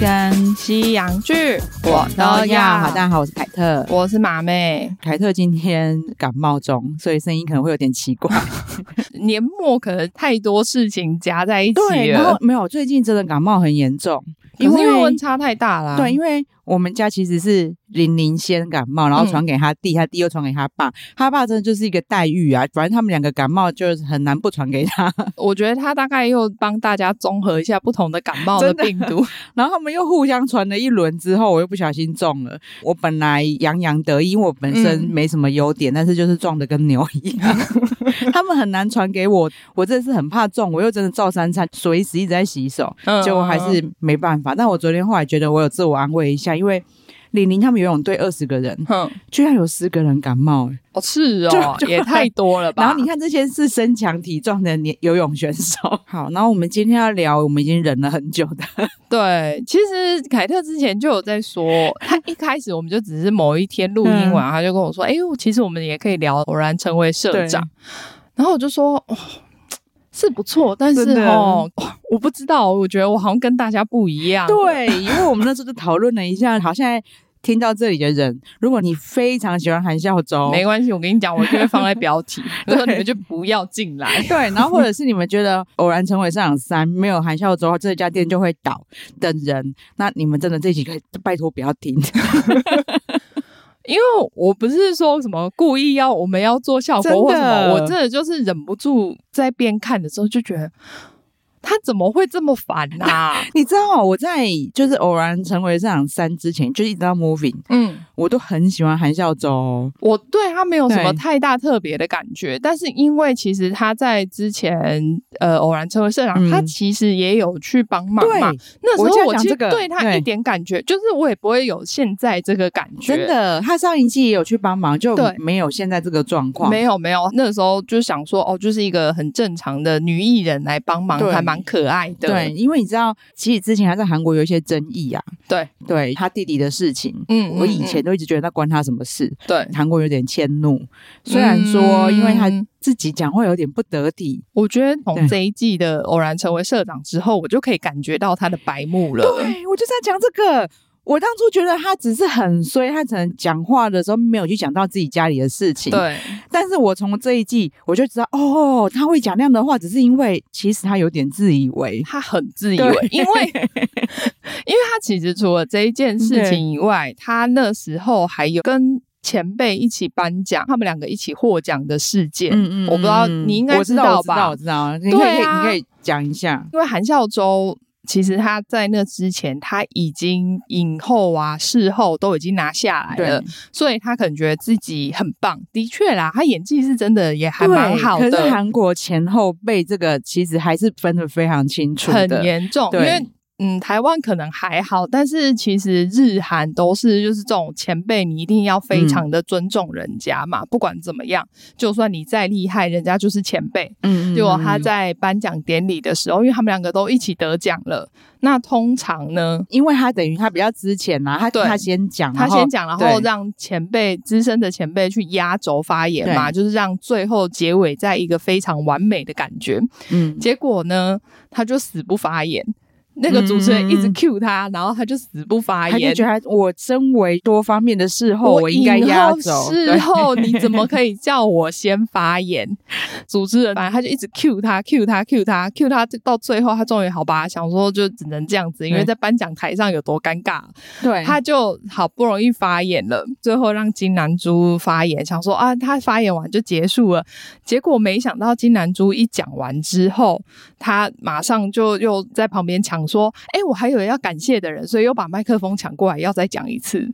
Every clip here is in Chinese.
跟西洋剧我都大要。家好，我是凯特。我是马妹，凯特今天感冒中，所以声音可能会有点奇怪。年末可能太多事情夹在一 起然后了，没有，最近真的感冒很严重，可是因为温为啊差太大啦。对，因为我们家其实是玲玲先感冒，然后传给他弟，他弟又传给他爸，他爸真的就是一个待遇啊，反正他们两个感冒就是很难不传给他，我觉得他大概又帮大家综合一下不同的感冒的真的病 毒，然后他们又互相传了一轮之后，我又不小心中了。我本来洋洋得意，因为我本身嗯没什么优点，但是就是撞的跟牛一样。他们很难传给我，我真的是很怕中，我又真的照三餐，随时一直在洗手，嗯结果还是没办法。但我昨天后来觉得我有自我安慰一下，因为。李宁他们游泳队二十个人，哼，居然有四个人感冒、欸嗯哦是哦， 就就也太多了 吧？然后你看这些是身强体壮的年游泳选手。好，然后我们今天要聊我们已经忍了很久的对，其实凯特之前就有在说，他一开始我们就只是某一天录音嗯完，他就跟我说：“哎、我其实我们也可以聊偶然成为社长。”然后我就说：“哦，是不错，但是真的哦，我不知道，我觉得我好像跟大家不一样。”对，因为我们那时候就讨论了一下，好，现在听到这里的人，如果你非常喜欢韩孝周，没关系，我跟你讲，我就会放在标 题，我说你们就不要进来。对，然后或者是你们觉得《偶然成为上场三》没有韩孝周，这家店就会倒的人，那你们真的这集可以拜托不要听。 因为我不是说什么故意要我们要做效果或什真的么，我真的就是忍不住在边看的时候就觉得。他怎么会这么烦啊呐、你知道我在就是《偶然成为上场三》之前，就一直到 Moving，嗯，我都很喜欢韩孝周。哦我对他没有什么对太大特别的感觉，但是因为其实他在之前呃偶然成为社长，嗯他其实也有去帮忙对嘛。那时我就候要我讲其实这个对他对一点感觉，就是我也不会有现在这个感觉。真的，他上一季也有去帮忙，就对没有现在这个状况。没有没有，那时候就想说哦，就是一个很正常的女艺人来帮忙，对还蛮可爱的。对，因为你知道，其实之前他在韩国有一些争议啊，对对他弟弟的事情，嗯我以前嗯都一直觉得那关他什么事？嗯对，韩国有点迁怒，虽然说嗯因为他自己讲话有点不得体，我觉得从对这一季的偶然成为社长之后，我就可以感觉到他的白目了。对我就是要讲这个。我当初觉得他只是很衰，他可能讲话的时候没有去讲到自己家里的事情。，对，但是我从这一季我就知道，哦，他会讲那样的话，只是因为其实他有点自以为。他很自以为对，因为因为他其实除了这一件事情以外，他那时候还有跟前辈一起颁奖，他们两个一起获奖的事件。嗯我不知道你应该我知道知道吧我知道，我知道，你可以，对啊你可以讲一下。因为韩孝周其实他在那之前，他已经影后啊、事后都已经拿下来了对，所以他可能觉得自己很棒。的确啦，他演技是真的也还蛮对好可是的，韩国前后辈这个其实还是分得非常清楚的，很严重，因对为。嗯，台湾可能还好，但是其实日韩都是就是这种前辈，你一定要嗯非常的尊重人家嘛，不管怎么样，就算你再厉害，人家就是前辈。嗯，嗯结果他嗯在颁奖典礼的时候，因为他们两个都一起得奖了，那通常呢，因为他等于他比较之前啊，他对他先讲，他然后先讲，然对后让前辈资深的前辈去压轴发言嘛，就是让最后结尾在一个非常完美的感觉。嗯，结果呢，他就死不发言。那个主持人一直嗯 cue 他，然后他就死不发他就言。觉得我身为多方面的事后，我应该以后压轴，事 后你怎么可以叫我先发言？主持人反正他就一直 cue 他，cue 他，cue 他，cue 他，到最后他终于好吧，想说就只能这样子，因为对在颁奖台上有多尴尬。对他就好不容易发言了，最后让金南珠发言，想说啊，他发言完就结束了。结果没想到金南珠一讲完之后，他马上就又在旁边抢说：“哎、我还有要感谢的人，所以又把麦克风抢过来，要再讲一次。”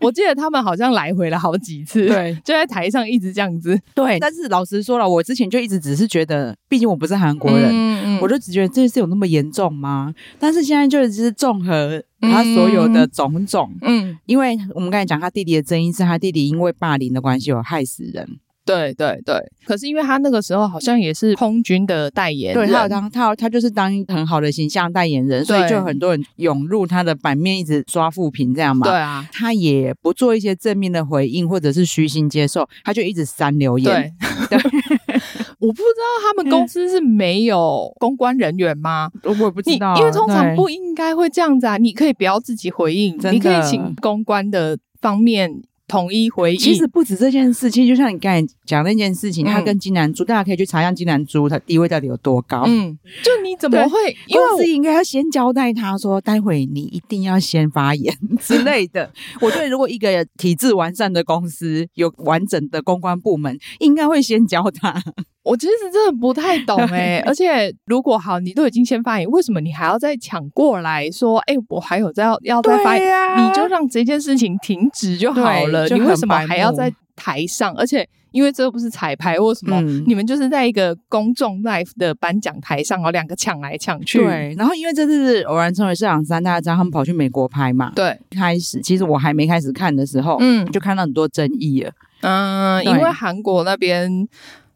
我记得他们好像来回了好几次，，对就在台上一直这样子。对，但是老实说了，我之前就一直只是觉得，毕竟我不是韩国人。嗯我就只觉得这件事有那么严重吗？但是现在就是综合他所有的种种，嗯，因为我们刚才讲他弟弟的争议是他弟弟因为霸凌的关系有害死人，对对对。可是因为他那个时候好像也是空军的代言人，对他有当他有他就是当很好的形象代言人，所以对就很多人涌入他的版面一直刷负评这样嘛。对啊，他也不做一些正面的回应，或者是虚心接受，他就一直删留言。对， 我不知道他们嗯公司是没有公关人员吗？我也不你知道，因为通常对不应该会这样子啊，你可以不要自己回应，真的你可以请公关的方面统一回应。其实不止这件事，其实就像你刚才讲那件事情，嗯它跟金南珠，大家可以去查一下金南珠它地位到底有多高。嗯，就你怎么对会？因为公我司应该要先交代他说，待会你一定要先发言 之类的。我觉得，如果一个体制完善的公司有完整的公关部门，应该会先教 他。我其实真的不太懂哎、 而且如果好，你都已经先发言，为什么你还要再抢过来说？哎、我还有在要要再发言，呀你就让这件事情停止就好了。对你就为什么很白目还要在台上？而且因为这又不是彩排或什么，嗯你们就是在一个公众 live 的颁奖台上，然后两个抢来抢去。对，然后因为这次是偶然成为市场三，大家知道他们跑去美国拍嘛。对，开始，其实我还没开始看的时候，嗯就看到很多争议了。嗯，因对为韩国那边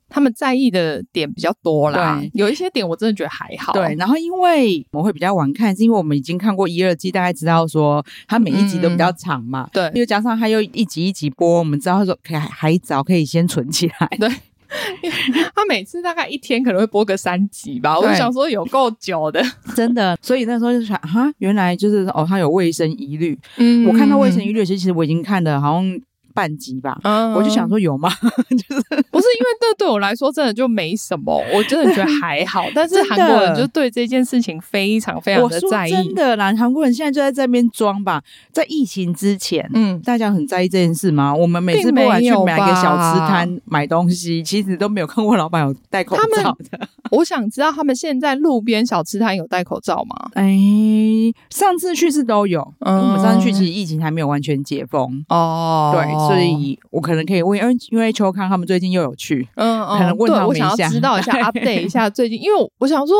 他们在意的点比较多啦对，有一些点我真的觉得还好。对，然后因为我们会比较晚看，是因为我们已经看过一二季，大概知道说它每一集都比嗯较长嘛。对，又加上它又一集一集播，我们知道说可以还还早可以先存起来。他每次大概一天可能会播个三集吧，我对就想说有够久的。真的，所以那时候就想啊，原来就是哦，它有卫生疑虑。嗯我看到卫生疑虑，其实我已经看了好像半集吧。嗯我就想，说有吗？ 不是因为这对我来说真的就没什么， 我真的觉得还好。但是真的韩国人就对这件事情非常非常我的说在真意。的啦，韩国人现在就在这边装吧。在疫情之前，嗯，大家很在意这件事吗？我们每次并不没管去有买个小吃吧摊买东西，其实都没有看过老板有戴口他们罩的。我想知道他们现在路边小吃摊有戴口罩吗？哎，上次去是都有，嗯因为我们上次去其实疫情还没有完全解封。哦对，所以我可能可以问，因为因为邱康他们最近又有去，嗯嗯，可能问对他们我想一下要知道 一下 update 一下最近，因为我想说，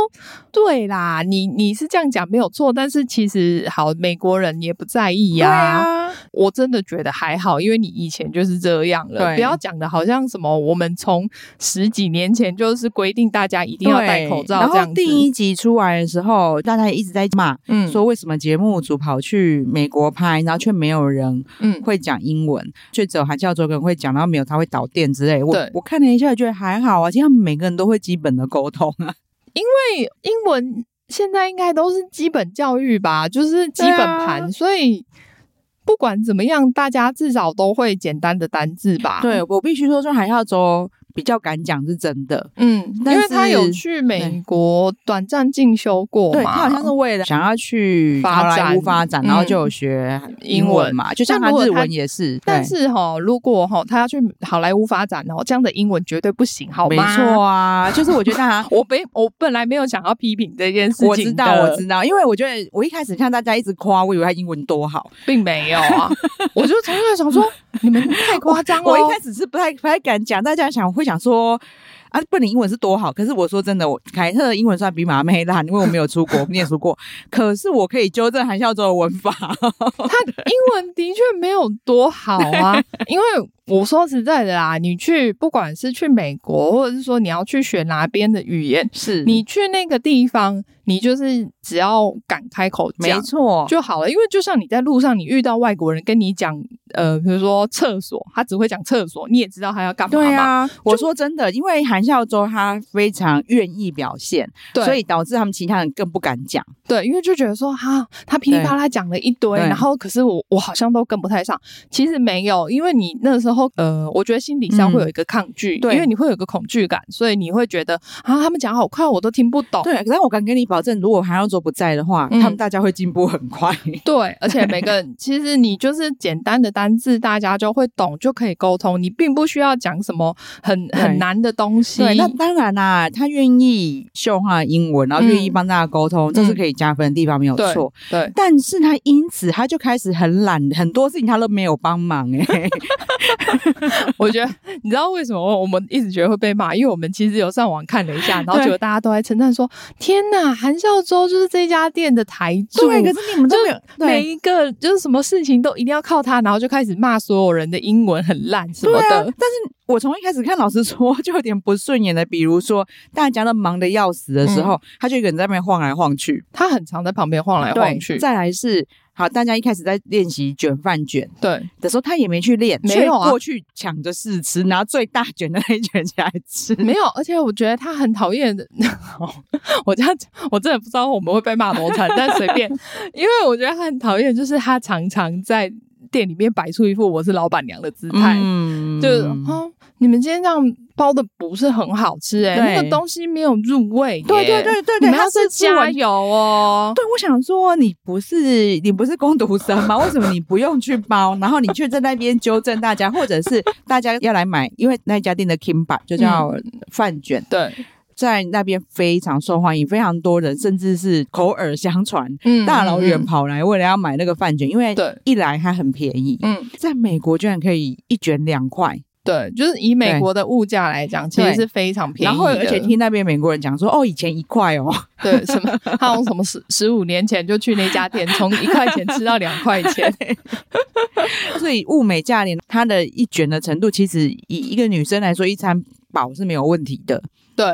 对啦，你你是这样讲没有错，但是其实好，美国人也不在意呀、啊我真的觉得还好，因为你以前就是这样了，对不要讲的好像什么我们从十几年前就是规定大家一一定要戴口罩然这样后子，第一集出来的时候，大家也一直在骂，嗯说为什么节目组跑去美国拍，然后却没有人嗯会讲英文，却只有韩孝周跟会讲，然后没有他会导电之类。我对我看了一下，觉得还好啊，其实他们每个人都会基本的沟通 啊，对英文现在应该都是基本教育吧，就是基本盘，对啊所以不管怎么样，大家至少都会简单的单字吧，对我必须说，说韩孝周比较敢讲是真的。嗯，因但为他有是去美国短暂进修过嘛，对他好像是为了想要去发好莱坞展发展，嗯然后就有学英英文文嘛，就像但他如果日他文也是。但对是哈、如果哈、他要去好莱坞发展哦，这样的英文绝对不行，好没吗？错，啊，就是我觉得 他我没，我本来没有想要批评这件事情，我知道，我知，道，因为我觉得我一开始看大家一直夸，我以为他英文多好，并没有啊，我就从来想说，你们太 夸张哦了我一开始是不太不太敢讲，大家想会想说。啊，不，你英文是多好？可是我说真的，我凯特的英文算比马妹烂，因为我没有出国念书过。 可是我可以纠正韩孝周的文 法。他英文的确没有多好啊，因为我说实在的啦，你去不管是去美国，或者是说你要去学哪边的语言，是你去那个地方，你就是只要敢开口没讲。错，就好了，因为就像你在路上，你遇到外国人跟你讲，呃，比如说厕所，他只会讲厕所，你也知道他要干嘛嘛。对啊。我说真的，因为韩孝周他非常愿意表现，对，所以导致他们其他人更不敢讲。对，因为就觉得说哈，他噼里啪啦讲了一堆，对然后可是我我好像都跟不太上。其实没有，因为你那时候呃，我觉得心理嗯上会有一个抗拒，对因为你会有一个恐惧感，所以你会觉得啊，他们讲好快，我都听不懂。对，可是我敢跟你保证，如果韩孝周不在的话，嗯他们大家会进步很 快。对，而且每个人其实你就是简单的单字，大家就会懂，就可以沟通，你并不需要讲什么很很对难的东西。对，那当然啦、他愿意秀他的英文，然后愿意嗯帮大家沟通，这是可以加分的地方，没有对错。对但是他因此他就开始很懒，很多事情他都没有帮忙、 哎，我觉得 你知道为什么我们一直觉得会被骂，因为我们其实有上网看了一下，然后对结果大家都在称赞说：“天呐，韩孝周就是这家店的台柱。”对，可是你们都没有每对。一个就是什么事情都一定要靠他，然后就开始骂所有人的英文很烂什对么啊，但的。是我从一开始看，老师说就有点不顺眼的，比如说大家都忙得嗯要死的时候，他就一个人在那边晃来晃去，他很常在旁边晃来对晃去。再来是好，大家一开始在练习卷饭卷对，的时候，他也没去练，没有啊却过去抢着试吃，拿最大卷的那一卷起来吃。没有，而且我觉得他很讨厌的。 我这样讲，我真的不知道我们会被骂多惨，但随 便，因为我觉得他很讨厌，就是他常常在店里面摆出一副我是老板娘的姿态，嗯就是哦，你们今天这样包的不是很好吃哎、对那个东西没有入味耶、对对对对你对，们要他再是加油哦。对，我想说，你不是你不是工读生吗？ 为什么你不用去包，然后你却在那边纠正大家，或者是大家要来买，因为那家店的 kimba 就叫嗯饭卷，对，在那边非常受欢迎，非常多人，甚至是口耳相传，嗯大老远嗯跑来为了要买那个饭卷，因为对一来它很便宜，嗯，在美国居然可以一卷两块，对，就是以美对国的物价来讲，其实对是非常便宜的。然后而且听那边美国人讲说，哦，以前一块哦， 对，什么他从什么十十五年前就去那家店，从一块钱吃到两块钱。所以物美价廉，它的一卷的程度，其实以一个女生来说，一餐饱是没有问题的。对，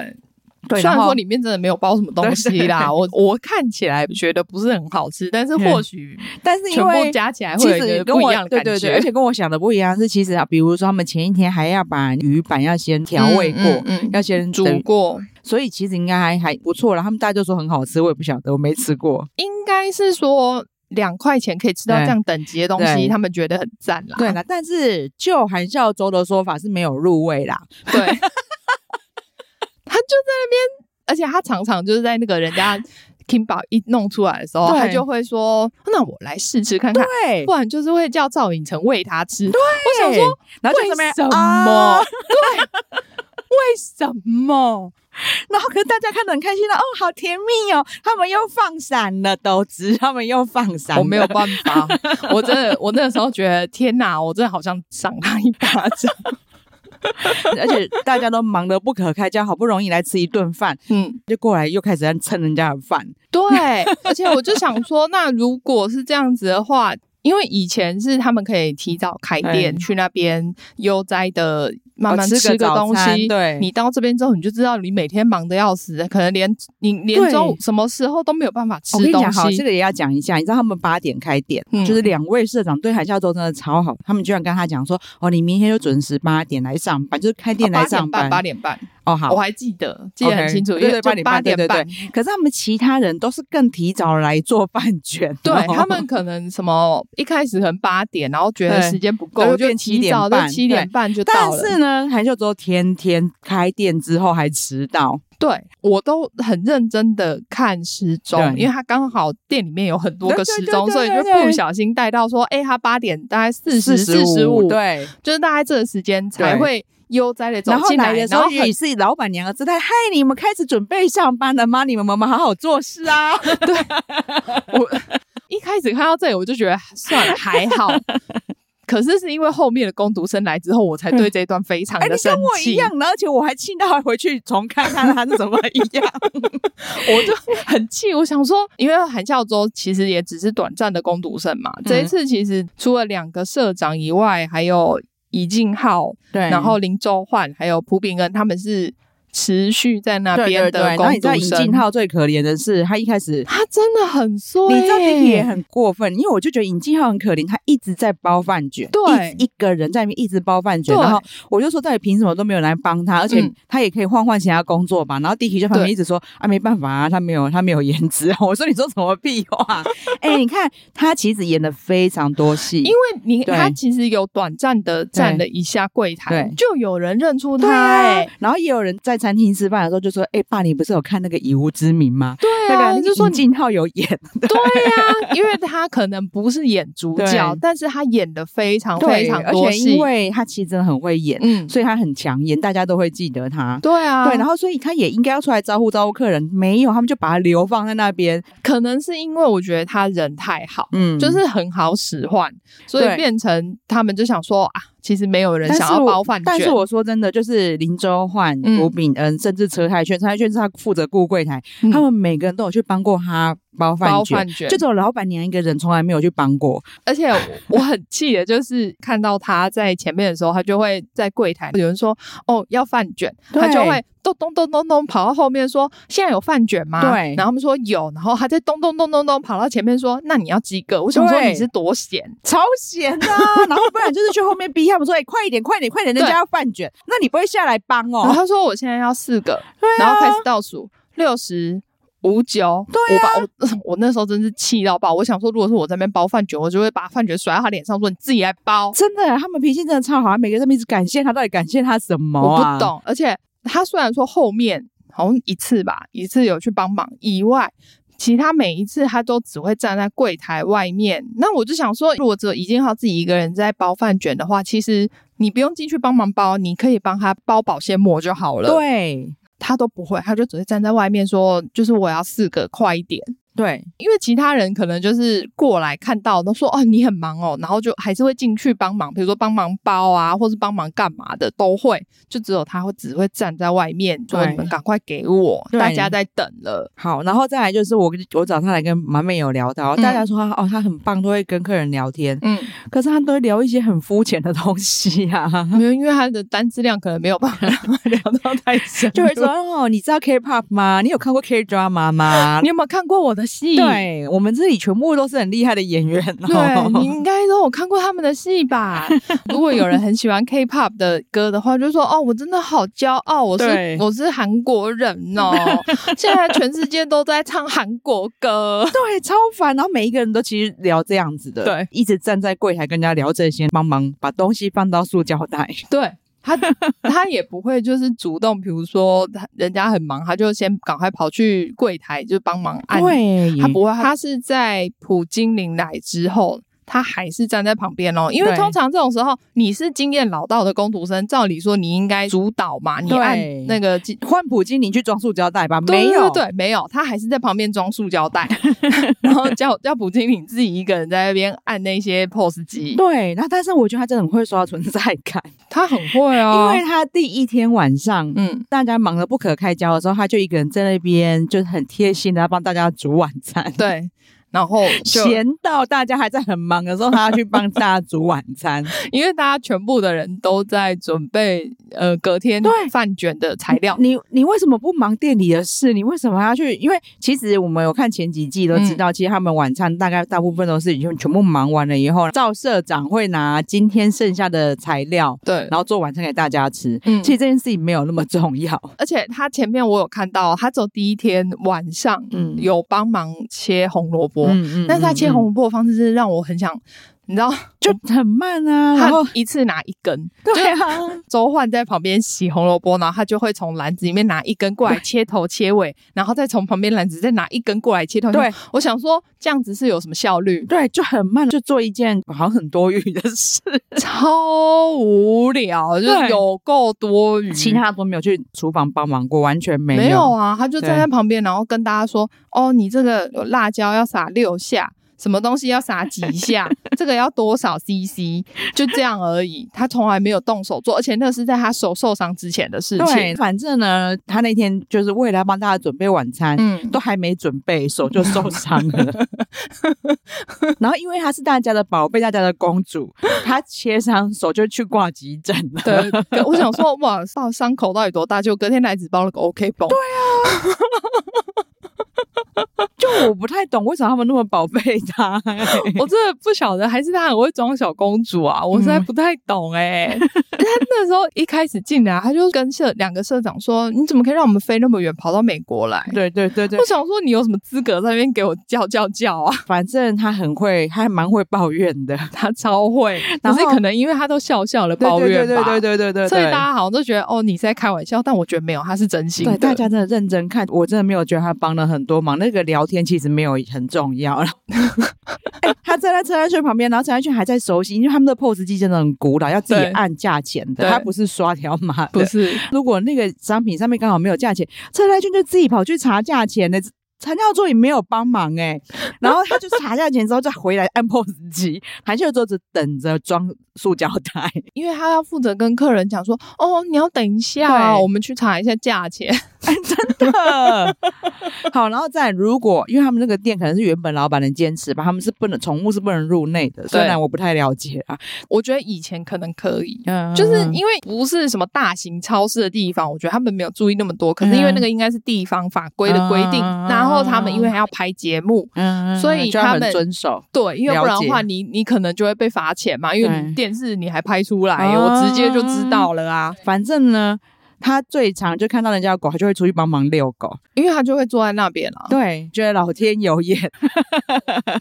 对，虽然然后说里面真的没有包什么东西啦，我我看起来觉得不是很好吃，但是或许但嗯是全因部为加起来其会有一实个跟不我一样的对感对觉对，而。且跟我想的不一样是，其实啊，比如说他们前一天还要把鱼板要先调味过。嗯嗯嗯要先煮等过，所以其实应该还还不错啦。他们大家就说很好吃，我也不晓得，我没吃过。应该是说两块钱可以吃到这样等级的东西，对他们觉得很赞啦。 对啦，但是就韩孝周的说法是没有入味啦。对，他就在那边，而且他常常就是在那个人 家 Kimba 一弄出来的时候，对他就会说：“那我来试吃看看。”对不然就是会叫赵颖成喂他吃。对，我想对说，然后就为这边什么？啊对，为什么？ 然后可是大家看得很开心了，哦，好甜蜜哦！他们又放闪了，都知他们又放闪了。我没有办法，我真的，我那个时候觉得天哪，我真的好像赏他一巴 掌。而且大家都忙得不可开交，好不容易来吃一顿 饭，嗯，就过来又开始在蹭人家的饭。 对，而且我就想说，那如果是这样子的话，因为以前是他们可以提早开店、嗯去那边悠哉的慢慢哦吃个吃个早东餐西。对你到这边之后，你就知道你每天忙得要死，可能连你连对中午什么时候都没有办法吃我跟你东讲，好，这西。啊个也要讲一下。你知道他们八点开店，嗯就是两位社长对海啸周真的超好，他们居然跟他讲说，哦，你明天就准时八点来上班，就是开店来上八点半，班。八点半，哦，我好。还记得，记得很 OK，清楚，对因为对就八点半八点对对半，可是他们其他人都是更提早来做饭卷哦，对他们可能什么一开始可能八点，然后觉得对时间不够，就就变7提点早到半七点半就到但了。是呢，韩秀周天天开店之后还迟到，对我都很认真的看时钟，对因为他刚好店里面有很多个对对时对钟，对所以就对对不小心带到说，哎、他八点大概四十四十45五，，对。就是大概这个时间才对会悠哉的走然后进来的来，时然后候很也是以老板娘的姿态，嗨，你们开始准备上班了吗？你们妈妈好好做事 啊！一开始看到这里我就觉得 算了还好，可是是因为后面的攻读生来之后，我才对这一段非常哎，的你生跟我一气，样，然后而且我还气到还回去重看看他是怎么一 样。我就很气，我想说，因为韩孝周其实也只是短暂的攻读生嘛，嗯这一次其实除了两个社长以外，还有怡静浩，对然后林周焕，还有朴炳恩，他们是持续在那对对边对，的然后攻你知读道尹生静。浩最可怜的是，他一开始。他真的很衰、你欸，知道弟弟也很过分，因为我就觉得尹静浩很可怜，他一直在包饭卷，对一直一个人在那边一直包饭卷，对然后我就说到底凭什么都没有人来帮他，而且嗯他也可以换换其他工作吧。然后弟弟就旁边对一直说啊，没办法啊，他没有他没有颜值啊。我说你说什么屁话？哎、你看他其实演了非常多戏，因为你对他其实有短暂的站了一下柜台对，就有人认出他、对啊欸，，然后也有人在餐厅吃饭的时候就说：“哎、爸，你不是有看那个《以无之名》吗？”对那啊，个就说尹你静浩有演，对呀、因为他可能不是演主角对，但是他演的非 常啊对非常而多且戏因，为他其实真的很会演，嗯，所以他很抢眼，大家都会记得他。对啊，对，然后所以他也应该要出来招呼招呼客人，没有，他们就把他流放在那边。可能是因为我觉得他人太好，嗯，就是很好使唤，所以对变成他们就想说啊，其实没有人但是想要我包饭卷，但是我说真的，就是林周焕、嗯吴炳恩，甚至车太炫，车太炫是他负责顾柜台，嗯他们每个人都有去帮过他包包饭卷饭，卷，就只有老板娘一个人从来没有去帮过。而且我很气的，就是看到他在前面的时候，他就会在柜台有人说哦要饭卷，对他就会咚咚咚咚咚跑到后面说现在有饭卷吗？对然后他们说有，然后他再咚咚咚咚咚跑到前面说那你要几个？我想说对你是多闲，超闲的啊、然后不然就是去后面逼他们说：“哎、快一点，快一点，快点，人家对啊要饭卷。”那你不会下来帮然后哦？他说我现在要四个，对然啊，后开始倒数六十。五九，对啊我把我 我那时候真是气到爆。我想说，如果是我在那边包饭卷，我就会把饭卷甩到他脸上，说你自己来包。真的，他们脾气真的超好，每个人都一直感谢他，到底感谢他什么、啊我不。懂。而且他虽然说后面好像一次吧，一次有去帮忙以外，其他每一次他都只会站在柜台外面。那我就想说，如果只有已经浩自己一个人在包饭卷的话，其实你不用进去帮忙包，你可以帮他包保鲜膜就好了。，对他都不会，他就只会站在外面说，就是我要四个，快一点。对，因为其他人可能就是过来看到，都说哦你很忙哦，然后就还是会进去帮忙，比如说帮忙包啊，或是帮忙干嘛的都会，就只有他会只会站在外面说对你们赶快给我，对大家在等了。好，然后再来就是我我找他来跟马妹有聊到，嗯大家说他哦，他很棒，都会跟客人聊天，嗯，可是他都会聊一些很肤浅的东西 啊。没有，因为他的单质量可能没有办法 聊到太深，就会说。哦，你知道 K-pop 吗？你有看过 K-drama 吗 你？有没有看过我的戏？对我们这里全部都是很厉害的演员 对，你哦。应该都有看过他们的戏吧？如果有人很喜欢 K-pop 的歌的话，就说哦，我真的好骄傲，我对。是我是韩国人哦，现在全世界都在唱韩国歌对，超烦。然后每一个人都其实聊这样子的，对，一直站在柜台跟人家聊这些，帮忙把东西放到塑胶袋。对。他他也不会就是主动，比如说他人家很忙，他就先赶快跑去柜台就帮忙按。，对，他不会，他是在普精灵来之后，他还是站在旁边哦。因为对通常这种时候，你是经验老道的工读生，照理说你应该主导嘛，你对按那个机。换普京，你去装塑胶袋吧？对没有，对对，没有，他还是在旁边装塑 胶袋，然后叫叫普精灵自己一个人在那边按那些 POS 机，对，那但是我觉得他真的很会刷存在感，他很会啊，因为他第一天晚上。嗯，大家忙得不可开交的时候，他就一个人在那边，就是很贴心的帮大家煮晚餐。，对，然后就闲到大家还在很忙的时候，他要去帮大家煮晚餐。因为大家全部的人都在准备呃隔天对饭卷的材料， 你你为什么不忙店里的事？你为什么还要去？因为其实我们有看前几季都知道，其实他们晚餐大概大部分都是已经全部忙完了以后，赵社长会拿今天剩下的材料，对，然后做晚餐给大家吃。嗯其实这件事情没有那么重要。而且他前面我有看到，他走第一天晚上嗯有帮忙切红萝卜，嗯但是他切红嗯萝卜的方式是让我很想，你知道，就很慢啊，然他后一次拿一 根，对啊，周焕在旁边洗红萝卜，然后他就会从篮子里面拿一根过来切头切尾，然后再从旁边篮子再拿一根过来切头。对，？我想说这样子是有什么效率 对，就很慢，就做一件好像很多余的事，超无聊，就是对有够多余。其他都没有去厨房帮忙过，完全嗯没有。没有啊，他就站在旁边，然后跟大家说：“哦，你这个有辣椒要撒六下，什么东西要撒几下，这个要多少 CC，就这样而已。”他从来没有动手做，而且那是在他手受伤之前的事对，情。反正呢，他那天就是为了要帮大家准备晚餐，嗯，都还没准备，手就受伤了。 然后因为她是大家的宝贝，大家的公主，她切伤手就去挂急诊了。对，可我想说，哇，到伤口到底多大？就隔天来只包了个 OK 绷。对，就我不太懂为什么他们那么宝贝她。我真的不晓得，还是她很会装小公主啊？我实在不太懂哎、 欸。她那时候一开始进来，她就跟社两个社长说：“你怎么可以让我们飞那么远，跑到美国来？”对对对对我，想说，你有什么资格在那边给我叫叫叫啊？反正她很会，她还蛮会抱怨的， 他超会，然可后是可能因为他都笑笑的对抱怨吧，对对对对对对对，所以大家好像都觉得哦你是在开玩笑，但我觉得没有，他是真心的。对大家真的认真看，我真的没有觉得他帮了很多忙。那个聊天其实没有很重要。 哎他站在陈安轩旁边，然后陈安轩还在熟悉，因为他们的 POS 机真的很古老，要自己对按价钱的，对他不是刷条码的。不是如果那个商品上面刚好没有价钱，陈来俊就自己跑去查价钱的。查教座也没有帮忙 哎、然后他就查价钱之后再回来按 POS 机，还就坐着等着装塑胶袋。因为他要负责跟客人讲说，哦，你要等一下，对我们去查一下价钱。 真的 好，然后再来如果因为他们那个店可能是原本老板的坚持吧，他们是不能宠物是不能入内的，虽对然我不太了解啊，我觉得以前可能可以。嗯就是因为不是什么大型超市的地方，我觉得他们没有注意那么多。可是因为那个应该是地方法规的规定，嗯然后他们因为还要拍节目，嗯所以就要他很们遵守。对，因为不然了的解话你，你可能就会被罚钱嘛，因为对你电视你还拍出来，啊我直接就知道了啊，反正呢，他最常就看到人家的狗，他就会出去帮忙遛狗。因为他就会坐在那边 啊，对，觉得老天有眼。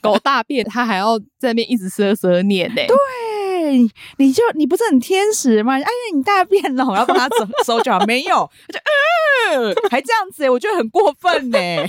狗大便他还要在那边一直瑟瑟念呢、对，哎你就你不是很天使吗？哎呀，你大便了，我要帮他手手脚没有，他就呃，还这样子、欸，我觉得很过分呢、欸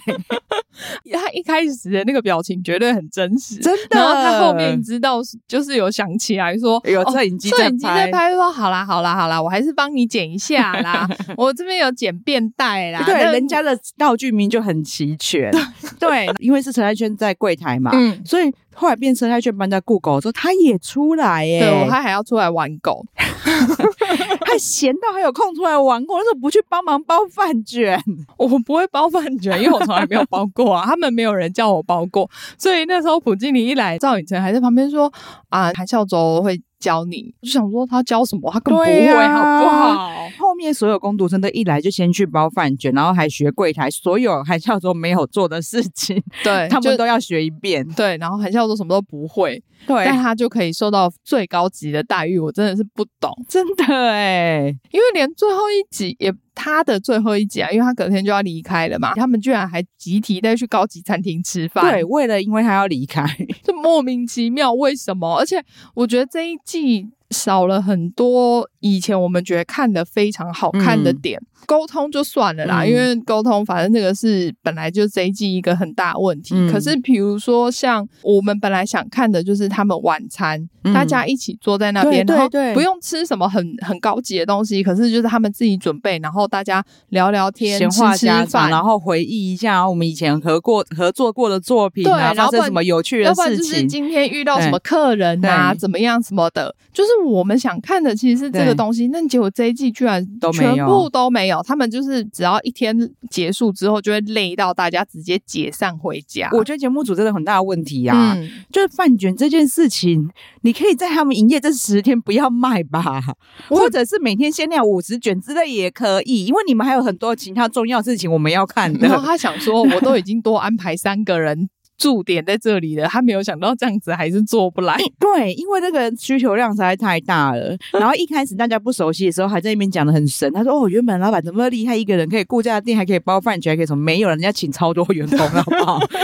他一开始的那个表情绝对很 真实，真的。然后他后面知道就是有想起来说有哦摄影机摄在影机在拍说好啦好啦好啦，我还是帮你剪一下 啦，我这边有剪便带啦，对，啊那人家的道具名就很齐全。 对，因为是陈泰轩在柜台嘛，嗯，所以后来变成陈泰轩搬到酷狗之后，他也出来耶、对我还还要出来玩狗， 他闲到还有空出来玩过，那时候不去帮忙包饭 卷，我不会包饭 卷，因为我从来没有包过啊，他们没有人叫我包过，所以那时候普经理一来，赵宇辰还在旁边说啊，韩孝周会教你，我就想说他教什么，他根本不会，对啊好不好？后面所有工读生都一来就先去包饭卷，然后还学柜台所有韩孝周没有做的事情，对，他们 就都要学一遍。对，然后韩孝周什么都不会，对但他就可以受到最高级的待遇，我真的是不懂。 真的哎，因为连最后一集也他的最后一集啊，因为他隔天就要离开了嘛，他们居然还集体带去高级餐厅吃饭，对，，为了因为他要离开，就莫名其妙为什么？而且我觉得这一季少了很多以前我们觉得看的非常好看的点，沟通就算了啦，嗯因为沟通反正这个是本来就这一季一个很大问题。嗯可是比如说像我们本来想看的就是他们晚餐，嗯大家一起坐在那边，对对然对后不用吃什么很很高级的东西，可是就是他们自己准备，然后大家聊聊天、闲话吃家吃常，饭，然后回忆一下我们以前合过合作过的作品对啊，然发后不生然什么有趣的要不然事就是情。今天遇到什么客人啊，对怎么样什么的，就是我们想看的其实是这对个东西，那结果这一季居然都没有全部都没有，他们就是只要一天结束之后就会累到大家直接解散回家。我觉得节目组真的很大的问题呀、嗯，就是饭卷这件事情，你可以在他们营业这十天不要卖吧，或者是每天限量五十卷之类也可以，因为你们还有很多其他重要事情我们要看然后的。他想说，我都已经多安排三个人驻点在这里了，他没有想到这样子还是做不来。对，因为那个需求量实在太大 了。然后一开始大家不熟悉的时候，还在那边讲的很神。他说：“哦，原本老板怎么厉害，一个人可以顾家的店，还可以包饭卷，还可以什么？没有，人家请超多员工，好不好？”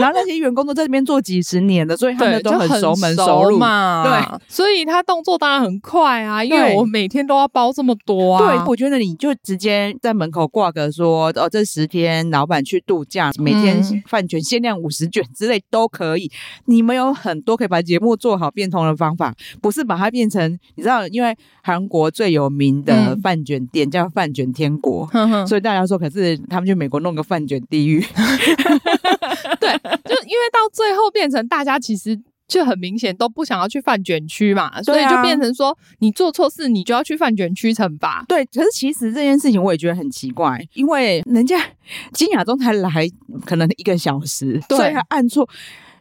然后那些员工都在这边做几十年了，所以他对，们都就很熟门熟路嘛。对，所以他动作当然很快啊，因为对我每天都要包这么多啊。对，我觉得你就直接在门口挂个说，哦，这十天老板去度假，每天嗯饭卷限量五十卷之类都可以。你们有很多可以把节目做好变通的方法，不是把它变成你知道，因为韩国最有名的嗯饭卷店、叫饭卷天国。哼哼所以大家说，可是他们去美国弄个饭卷地狱，就因为到最后变成大家其实就很明显都不想要去饭卷区嘛，所以对啊就变成说你做错事你就要去饭卷区惩罚。对。可是其实这件事情我也觉得很奇怪，因为人家 金雅中才来可能一个小时，对所以他按错。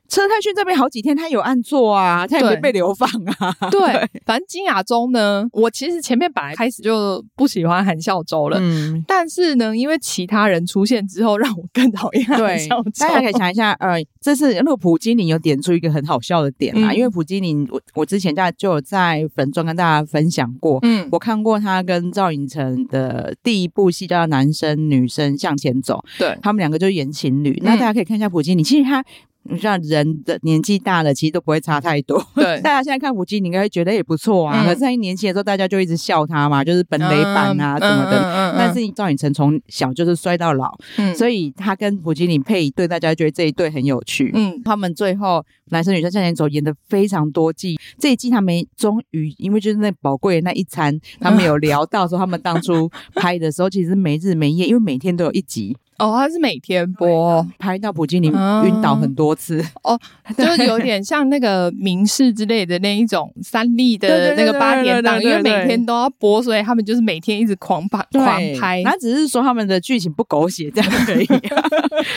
车太炫这边好几天，他有按错啊，他也没对被流放啊。对，反正金雅中呢，我其实前面本来开始就不喜欢韩孝周了。 嗯，但是呢，因为其他人出现之后，让我更讨厌韩对孝，周大。家可以想一下，呃，这是那个普基林有点出一个很好笑的点啦，嗯因为普基林，我我之前大家就有在粉专跟大家分享过，嗯，我看过他跟赵寅成的第一部戏叫《男生女生向前走》，对，他们两个就演情侣，那嗯大家可以看一下普基林，其实他。你知道人的年纪大了，其实都不会差太多。 对大家现在看普基林，应该会觉得也不错啊。嗯可是，在一年轻的时候，大家就一直笑他嘛，就是本垒板啊、嗯什么的。嗯嗯嗯但是赵寅成从小就是摔到老，嗯所以他跟普京里配一对，大家觉得这一对很有趣。嗯，他们最后男生女生向前走演的非常多季，这一季他们终于因为就是那宝贵的那一餐，他们有聊到说他们当初拍的时候其实没日没夜，因为每天都有一集，哦，他是每天播，拍到普京尼啊晕倒很多次， 就是有点像那个民视之类的那一种三立的对对那对个八点档，对对对对因为对每天都要播，所以他们就是每天一直狂拍狂拍然， 后只是说他们的剧情不狗血这样而已，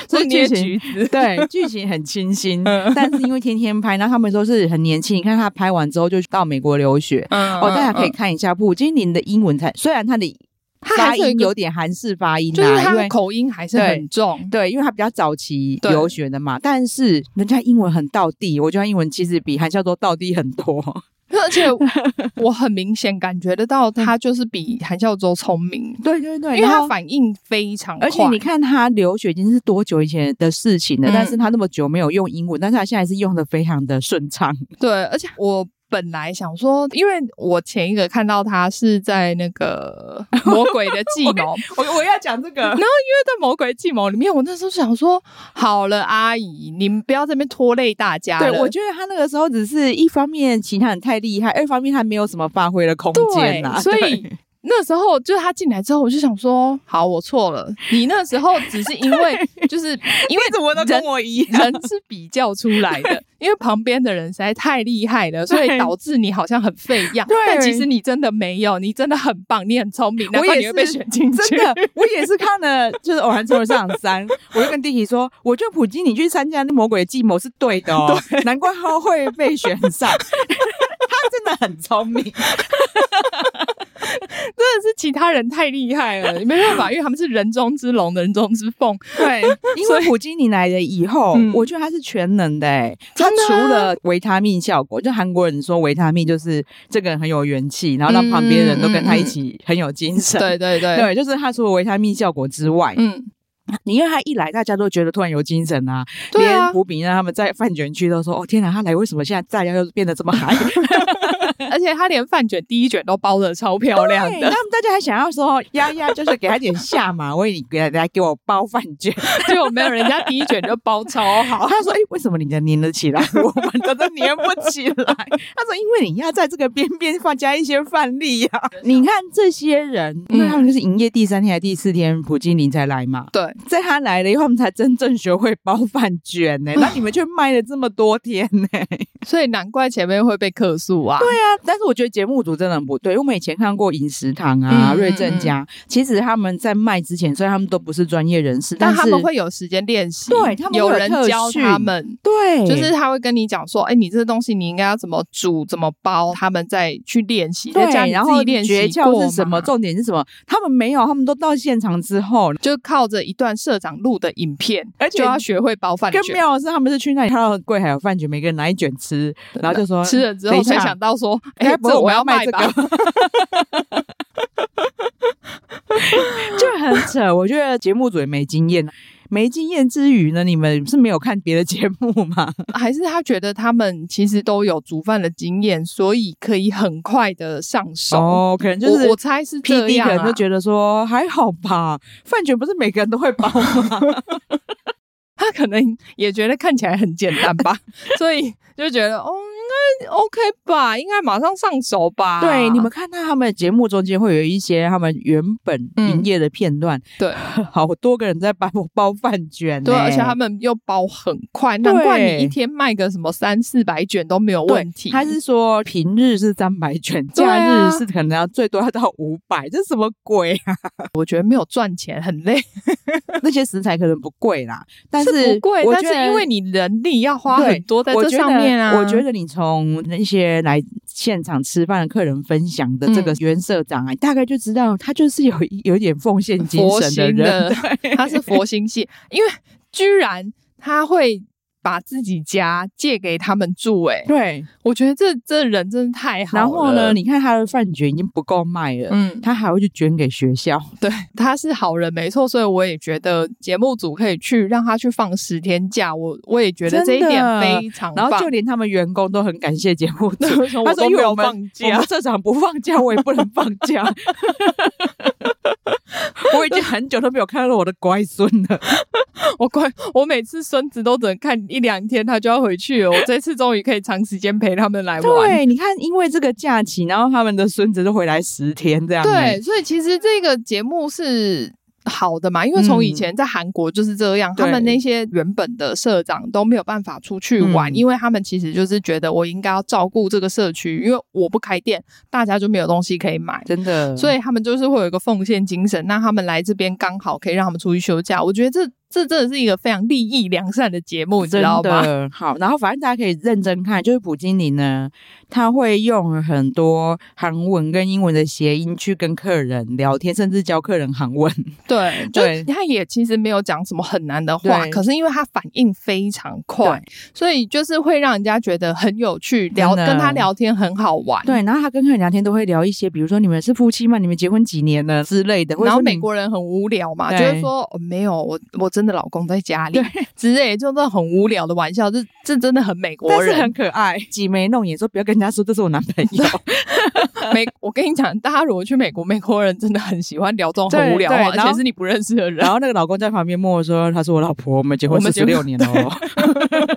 所所以以捏嗯剧情橘子，对剧情很清新，但是因为天天拍，那他们都是很年轻。你看他拍完之后就到美国留学。 嗯哦，大家可以嗯看一下普京林的英文才，虽然他的他发还是有一音个有点韩式发音啦、嗯就是因他为的口音还是很重，对，因为他比较早期对留学的嘛，但是人家英文很到地，我觉得他英文其实比韩孝周到地很多。 而且我很明显感觉得到他就是比韩孝周聪明，对对对因为然他后反应非常快，而且你看他留学已经是多久以前的事情了，嗯但是他那么久没有用英文，但是他现在是用的非常的顺畅。对，而且我本来想说，因为我前一个看到他是在那个《魔鬼的计谋》，因为 我我要讲这个，在《魔鬼计谋》里面，我那时候想说，好了，阿姨，你们不要在那边拖累大家了。对我觉得他那个时候只是一方面，其他人太厉害，二方面他没有什么发挥的空间呐、啊 对，所对以那时候就是他进来之后，我就想说，好，我错了。你那时候只是因 为就是因为你怎么都跟人 我一样？人是比较出来的，因为旁边的人实在太厉害了，所以对导致你好像很费样。对但其实你真的没有，你真的很棒，你很聪明，难我怪也你会被是选进去。 真的，我也是看了，就是偶然中了上山，我就跟弟弟说，我觉得普京你去参加那魔鬼计谋是对的哦，难怪他会被选上， 他真的很聪明。 真的是其他人太厉害了，没办法，因为他们是人中之龙、人中之凤。对，因为普京你来了以后，嗯我觉得他是全能的、欸，他真的除啊了维他命效果，就韩国人说维他命就是这个人很有元气，然后让旁边的人都跟他一起很有精神。对对嗯对，对，就是他除了维他命效果之外，嗯，你因为他一来，大家都觉得突然有精神啊，对啊连胡炳让他们在饭卷区都说：“哦天哪，他来为什么现在大家又变得这么嗨？” 而且他连饭卷第一卷都包的超漂亮对的，他们大家还想要说丫丫就是给他点下马威，你给来给我包饭卷。 结果没有人家第一卷就包超好。他说：“哎、为什么你能粘得起来，我们的都粘不起 来？”他说：“因为你要在这个边边放加一些范例呀、嗯啊。” 你看这些人，因为他们就是营业第三天还是第四天，普京林才来嘛。 对，在他来了以后，我们才真正学会包饭卷 呢、那你们却卖了这么多天呢、所以难怪前面会被客诉啊。对啊，但是我觉得节目组真的很不对，因为我们以前看过饮食堂啊、嗯瑞正家，其实他们在卖之前，虽然他们都不是专业人士，但是他们会有时间练习，对他们会有有嗯人特教训他们。对，就是他会跟你讲说，哎、你这个东西你应该要怎么煮、怎么包，他们再去练习，对在家，里然自后己练习诀过窍是嘛什么？重点是什么？他们没有，他们都到现场之后，就靠着一段社长录的影片，而且就要学会包饭卷更。妙的是，他们是去那里看到柜还有饭局，每个人拿一卷吃，然后就说吃了之后等一才下想到说，哎哎、不这我我要要卖卖这吧。 就很扯。我觉得节目组也没经验，啊没经验之余呢，你们是没有看别的节目吗？还是他觉得他们其实都有煮饭的经验，所以可以很快的上手。哦，可能就我是我。猜是这 P D 样、可啊，能就觉得说还好吧，饭卷不是每个人都会 包吗？他可能也觉得看起来很简单 吧，所以就觉得哦，应该 OK 吧，应该马上上手吧。对，你们看到他们节目中间会有一些他们原本营业的片段，对 好多个人在包 包饭卷、对，欸而且他们又包很快，难对怪你一天卖个什么三四百卷都没有对问题。他是说平日是三百卷，对假啊日是可能要最多要到五百，这什么鬼啊？ 我觉得没有赚钱很累，那些食材可能不贵啦，但是不贵，我但觉是得因为你人力要花对很多在我这觉上得面啊。我觉得你从那些来现场吃饭的客人分享的这嗯个袁社长啊，大概就知道他就是有有点奉献精佛神心人。 他是佛心系，因为居然他会把自己家借给他们住、欸，对，我觉得这这人真的太好了。然后呢？你看他的饭卷已经不够卖了，嗯，他还会去捐给学校。对，他是好人没错，所以我也觉得节目组可以去让他去放十天假，我我也觉得这真一的点非常然棒。后就连他们员工都很感谢节目组。就他我说：“都因没 为我有们放我假们，社长不放假，我也不能放 假。 我已经很久都没有看到我的乖孙了。我快，我每次孙子都只能看一两天，他就要回去了。我这次终于可以长时间陪他们来玩。 对，你看，因为这个假期，然后他们的孙子都回来十天这样、欸。对，所以其实这个节目是好的嘛，因为从以前在韩国就是这样，嗯对他们那些原本的社长都没有办法出去玩，嗯因为他们其实就是觉得我应该要照顾这个社区，因为我不开店，大家就没有东西可以买。真的，所以以他们就是会有一个奉献精神，那他们来这边刚好可以让他们出去休假。我觉得这这真的是一个非常利益良善的节目，你知真道吗？的好。然后反正大家可以认真看，就是普京里呢，他会用很多韩文跟英文的谐音去跟客人聊天，甚至教客人韩文。 对，就对是他也其实没有讲什么很难的话，对可是因为他反应非常快，所以就是会让人家觉得很有趣，聊真跟的他聊天很好玩。对，然后他跟客人聊天都会聊一些，比如说你们是夫妻吗？你们结婚几年了之类的，或者然后说美你国人很无聊嘛，就对会说、哦、没有，我我真的老公在家里 之类，就那很无聊的玩笑，这这真的很美国但是人，很可爱，挤眉弄眼说不要跟人家说这是我男朋 友，美，我跟你讲，大家如果去美国，美国人真的很喜欢聊这种很对无聊的话，对然而后且是你不认识的 人然。后那个老公在旁边默默说他是我老婆，我们结我婚们四结十婚六年了哦。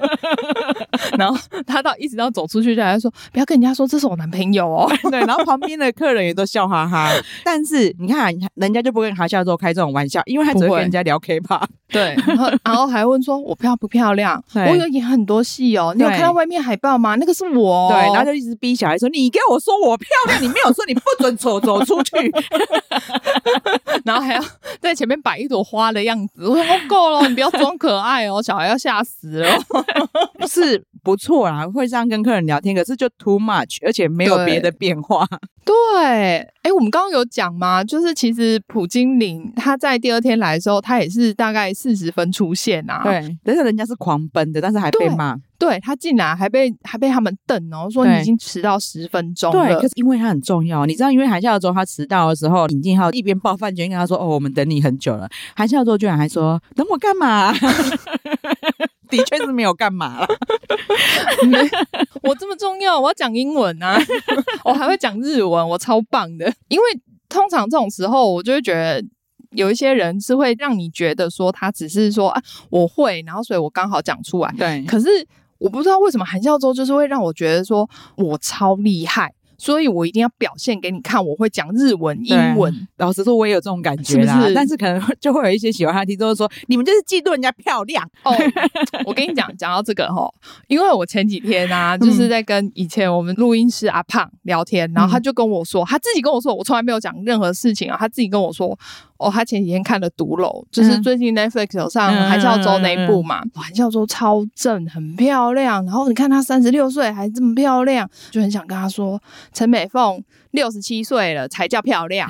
然后他到一直到走出去，大家说不要跟人家说这是我男朋友哦。 对，然后旁边的客人也都笑哈 哈。但是你看，人家就不会跟哈笑之后开这种玩笑，因为他只不会会跟人家聊 K 吧。对， 然后然后还问说我漂不漂亮？对我有演很多戏哦，你有对看到外面海报吗？那个是我哦。 对，然后就一直逼小孩说：“你给我说我漂亮，你没有说你不准走走出去。 然后还要在前面摆一朵花的样子。我说哦够了，你不要装可爱哦，小孩要吓死了。”是不错啦，会这样跟客人聊天，可是就 too much，而且没有对别的变化。对，哎，我们刚刚有讲嘛，就是其实普京岭他在第二天来的时候，他也是大概四十分出现啊。。对， 但是人家是狂奔的，但是还被对骂。对他进来还被还被他们瞪哦，说对你已经迟到十分钟对，了可。是因为他很重要，你知道，因为韩孝周他迟到的时候，尹静浩一边抱饭卷跟他说：“哦，我们等你很久了。”韩孝周居然还说：“等我干嘛？” 的确是没有干嘛啦。我这么重要，我要讲英文啊， 我还会讲日文，我超棒的。因为通常这种时候，我就会觉得。有一些人是会让你觉得说他只是说啊我会，然后所以我刚好讲出 来。对可是我不知道为什么韩孝周就是会让我觉得说我超厉害，所以我一定要表现给你看，我会讲日文、英对文。老实说，我也有这种感觉啦，是不是但是可能会就会有一些喜欢他的听众说：“你们就是嫉妒人家漂亮。哦，我跟你讲，讲到这个哈，因为我前几天啊，就是嗯在跟以前我们录音师阿胖聊天，然后他就跟我说，他自己跟我说，我从来没有讲任何事情啊，他自己跟我说，哦，他前几天看了《独楼》，就是嗯最近 Netflix 有上嗯韩孝周那一部嘛，韩孝周超正，很漂亮，然后你看她三十六岁还这么漂亮，就很想跟他说，陈美凤六十七岁了才叫 漂亮，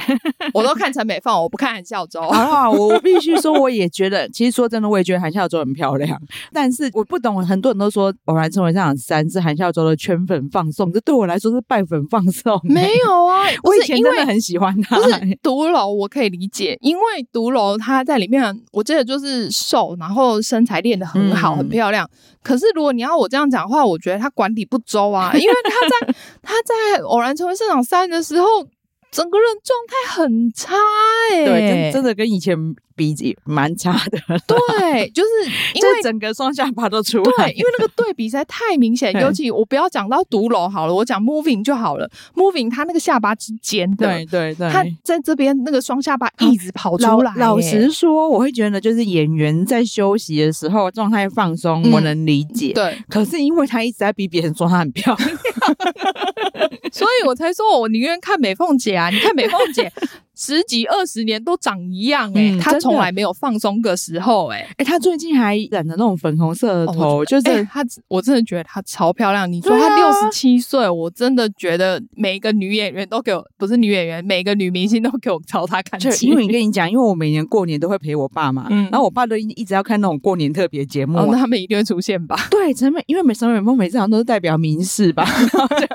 我都看陈美凤，我不看韩孝周。好啦，哦我我必须说，我也觉得，其实说真的，我也觉得韩孝周很漂亮，但是我不懂，很多人都说《偶然成为这场三》是韩孝周的圈粉放送，这对我来说是拜粉放送、 没有啊，不我以是前因为真的很喜欢 他、不是独楼，我可以理解，因为独楼她在里面，我记得就是瘦，然后身材练得很好，嗯很漂亮。可是如果你要我这样讲话，我觉得她管理不周啊，因为 她在她在偶然成为市长三的时候，整个人状态很差哎、对，真真的跟以前比起蛮差的，对， 就是因为就整个双下巴都出对，来。因为那个对比实在太明显，对尤其我不要讲到独楼好了，我讲 moving 就好了，moving 她那个下巴是尖的。对对对，哦她在这边那个双下巴一直跑老出来、老哎实说，我会觉得就是演员在休息的时候状态放松，嗯我能理解。对，可是因为他一直在逼别人说他很漂亮， 所以我才说我宁愿看美凤姐啊！你看美凤 姐十几二十年都长一样哎、嗯她真的从来没有放松的时候哎、欸。哎、他最近还染了那种粉红色的哦头，就是、哎她我真的觉得她超漂亮。你说她对六啊十七岁，我真的觉得每一个女演员都给我，不是女演员，每一个女明星都给我朝她 看就齐。因为你跟你讲，因为我每年过年都会陪我爸嘛，嗯然后我爸都一一直要看那种过年特别节目、啊哦，那他们一定会出现吧？对，陈美，因为美沈美梦每次好像都是代表民事 吧，然后就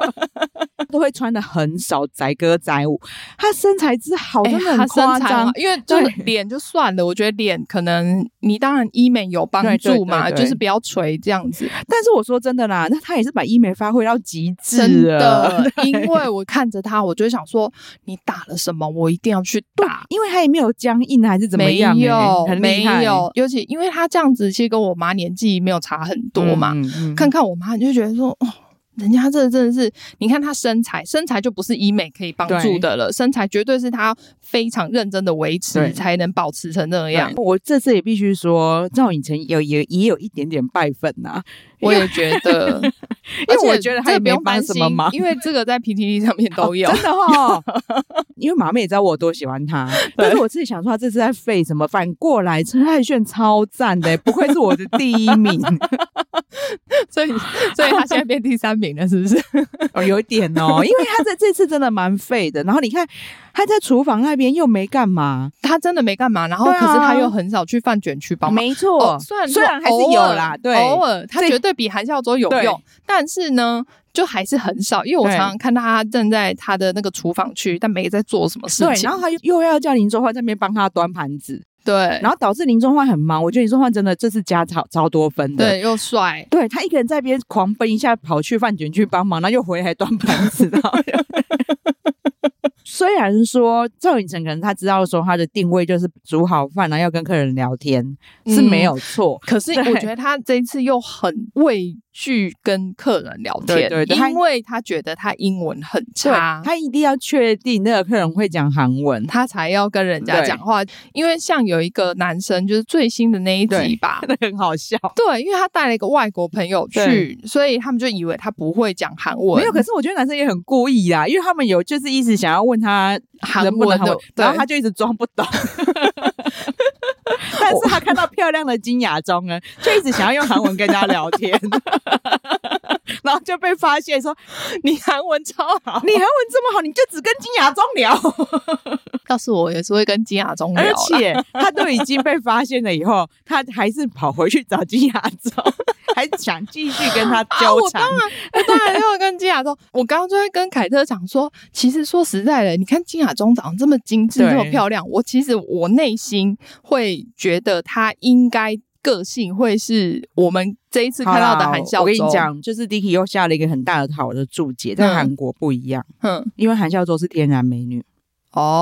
都会穿的很少，载歌载舞。她身材之好，哎哦真的她很夸身材张啊。因为就是对脸就算了，我觉得脸可能你当然医美有帮对对助嘛，对对就是不要垂这样子。但是我说真的啦，那她也是把医美发挥到极真致了， 的，因为我看着他，我就想说，你打了什么？我一定要去打。因为她也没有僵硬还是怎么没样、欸，有，很没厉害有，尤其因为他这样子，其实跟我妈年纪没有差很多嘛。嗯嗯嗯看看我妈，你就觉得说，哦，人家这真的是，你看他身材，身材就不是医美可以帮助的了，身材绝对是他非常认真的维持对才能保持成那样对。我这次也必须说，赵寅成有也也有一点点败粉啊呐、我也觉得， 因而为且我觉得他这也个不没用帮担什心么忙，因为这个在 PTT 上面都有哦。真的 哦。因为马妹也知道我多喜欢他，但是我自己想说，他这次在废什么？反过来，陈汉炫超赞 的，不愧是我的第一名，所以，所以他现在变第三名了，是不是？哦，有一点 哦，因为他在这次真的蛮废的。然后你看他在厨房那边又没干嘛，他真的没干嘛，然后对可啊是他又很少去饭卷区帮忙。没错哦，虽然说虽然还是有偶啦尔，对，偶尔他这绝对比韩孝周有对用，但是呢，就还是很少，因为我对常常看到他站在他的那个厨房区，但没在做什么事对，情然。后他又又要叫林中焕在那边帮他端盘子，对，然后导致林中焕很忙。我觉得林中焕真的这次加超超多分的，对，又帅，对他一个人在边狂奔一下，跑去饭卷去帮忙，然后又回来端盘子。然后虽然说赵寅成可能他知道说他的定位就是煮好饭，然后要跟客人聊天是没有错。可是对我觉得他这一次又很畏惧跟客人聊对天，对对他因为他觉得他英文很对差，他一定要确定那个客人会讲韩文。他才要跟人家对讲话。因为像有一个男生，就是最新的那一集对吧，真的很好笑，对，因为他带了一个外国朋友去，所以他们就以为他不会讲韩文，没有。可是我觉得男生也很故意啦，因为他们有就是一直想要问他韩能不文能韩的文，，然后他就一直装不 懂。但是他看到漂亮的金雅中呢，就一直想要用韩文跟人家聊 天，然后就被发现说对你 韩文超好，你韩文这么好，你就只跟金雅中聊，告诉我也是会跟金雅中聊 而啦，且他都已经被发现了以后，他还是跑回去找金雅中，还想继续跟他啊，纠我缠。当然，我当然要跟金雅中。我刚刚就在跟凯特讲说，其实说实在的，你看金雅中长得这么精致，对这么漂亮，我其实我内心会觉得她应该个性会是我们这一次看到的韩孝周。我跟你，讲，就是 Dicky 又下了一个很大的好的注解，在嗯韩国不一样，哼，因为韩孝周是天然美女，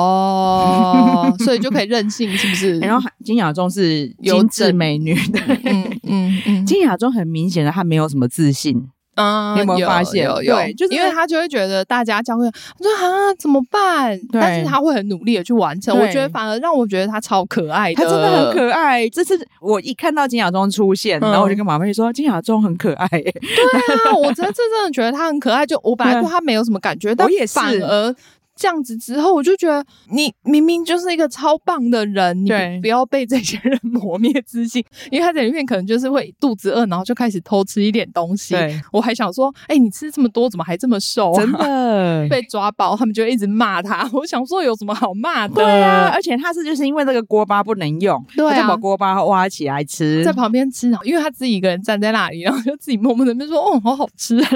哦，所以就可以任性，是不是？ 然后韩金雅中是嗯有精致整美女的。嗯，嗯嗯金雅中很明显的她没有什么自信，嗯，你有没有发现有有，对就是因为他就会觉得大家教会，他说啊怎么办？但是他会很努力的去完成。对我觉得反而让我觉得他超可爱她的，真的很可爱。这次我一看到金雅中出现，嗯然后我就跟马妹说：“金雅中很可爱、欸。对啊，我真的这真的觉得他很可爱。就我本来对他没有什么感觉，但我也是反而。这样子之后，我就觉得你明明就是一个超棒的人，你对不要被这些人 磨灭自信，因为他在里面可能就是会肚子饿，然后就开始偷吃一点东西。对，我还想说，哎、你吃这么多，怎么还这么瘦、啊？真的。被抓包，他们就一直骂他。 我想说有什么好骂的？对啊，，而且她是就是因为这个锅巴不能用，对啊她就把锅巴挖起来吃。在旁边吃，因为他自己一个人站在那里，然后就自己默默的边说：“哦，好好吃啊，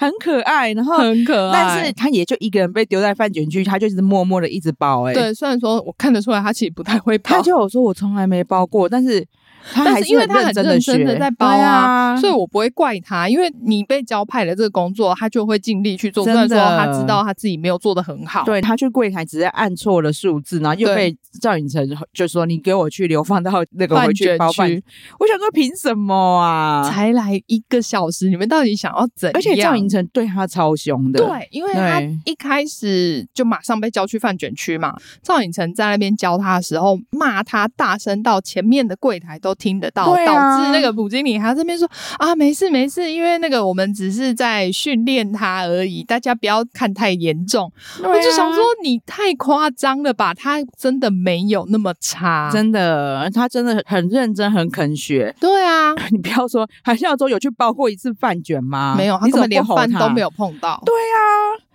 很可爱。然后，很可爱。” 但是她也就一个人被丢在饭卷区，她就是默默的一直包、欸。，对，虽然说我看得出来他其实不太会包她，就有说我从来没包过，但是她但还是因为他她很认真认的真的在包对啊，啊所以我不会怪他。因为你被交派了这个工作，他就会尽力去做。虽真然的说他知道他自己没有做的很好，对他去柜台只是按错了数字，然后又对被赵寅成就说你给我去流放到那个饭回去卷包饭区。我想说凭什么啊？才来一个小时，你们到底想要怎样？而且赵寅成对他超凶的，对，因为他对啊一开始就马上被叫去饭卷区嘛。赵寅成在那边教他的时候，骂他大声到前面的柜台都听得到，对啊导致那个普经理还在那边说啊，没事没事，因为那个我们只是在训练他而已，大家不要看太严重。对啊我就想说，你太夸张了吧，他真的没有那么差，真的，他真的很认真，很肯学。 对啊，你不要说，韩孝周有去包过一次饭卷吗？没有，他啊你怎根么本连不吼饭都没有。有碰到，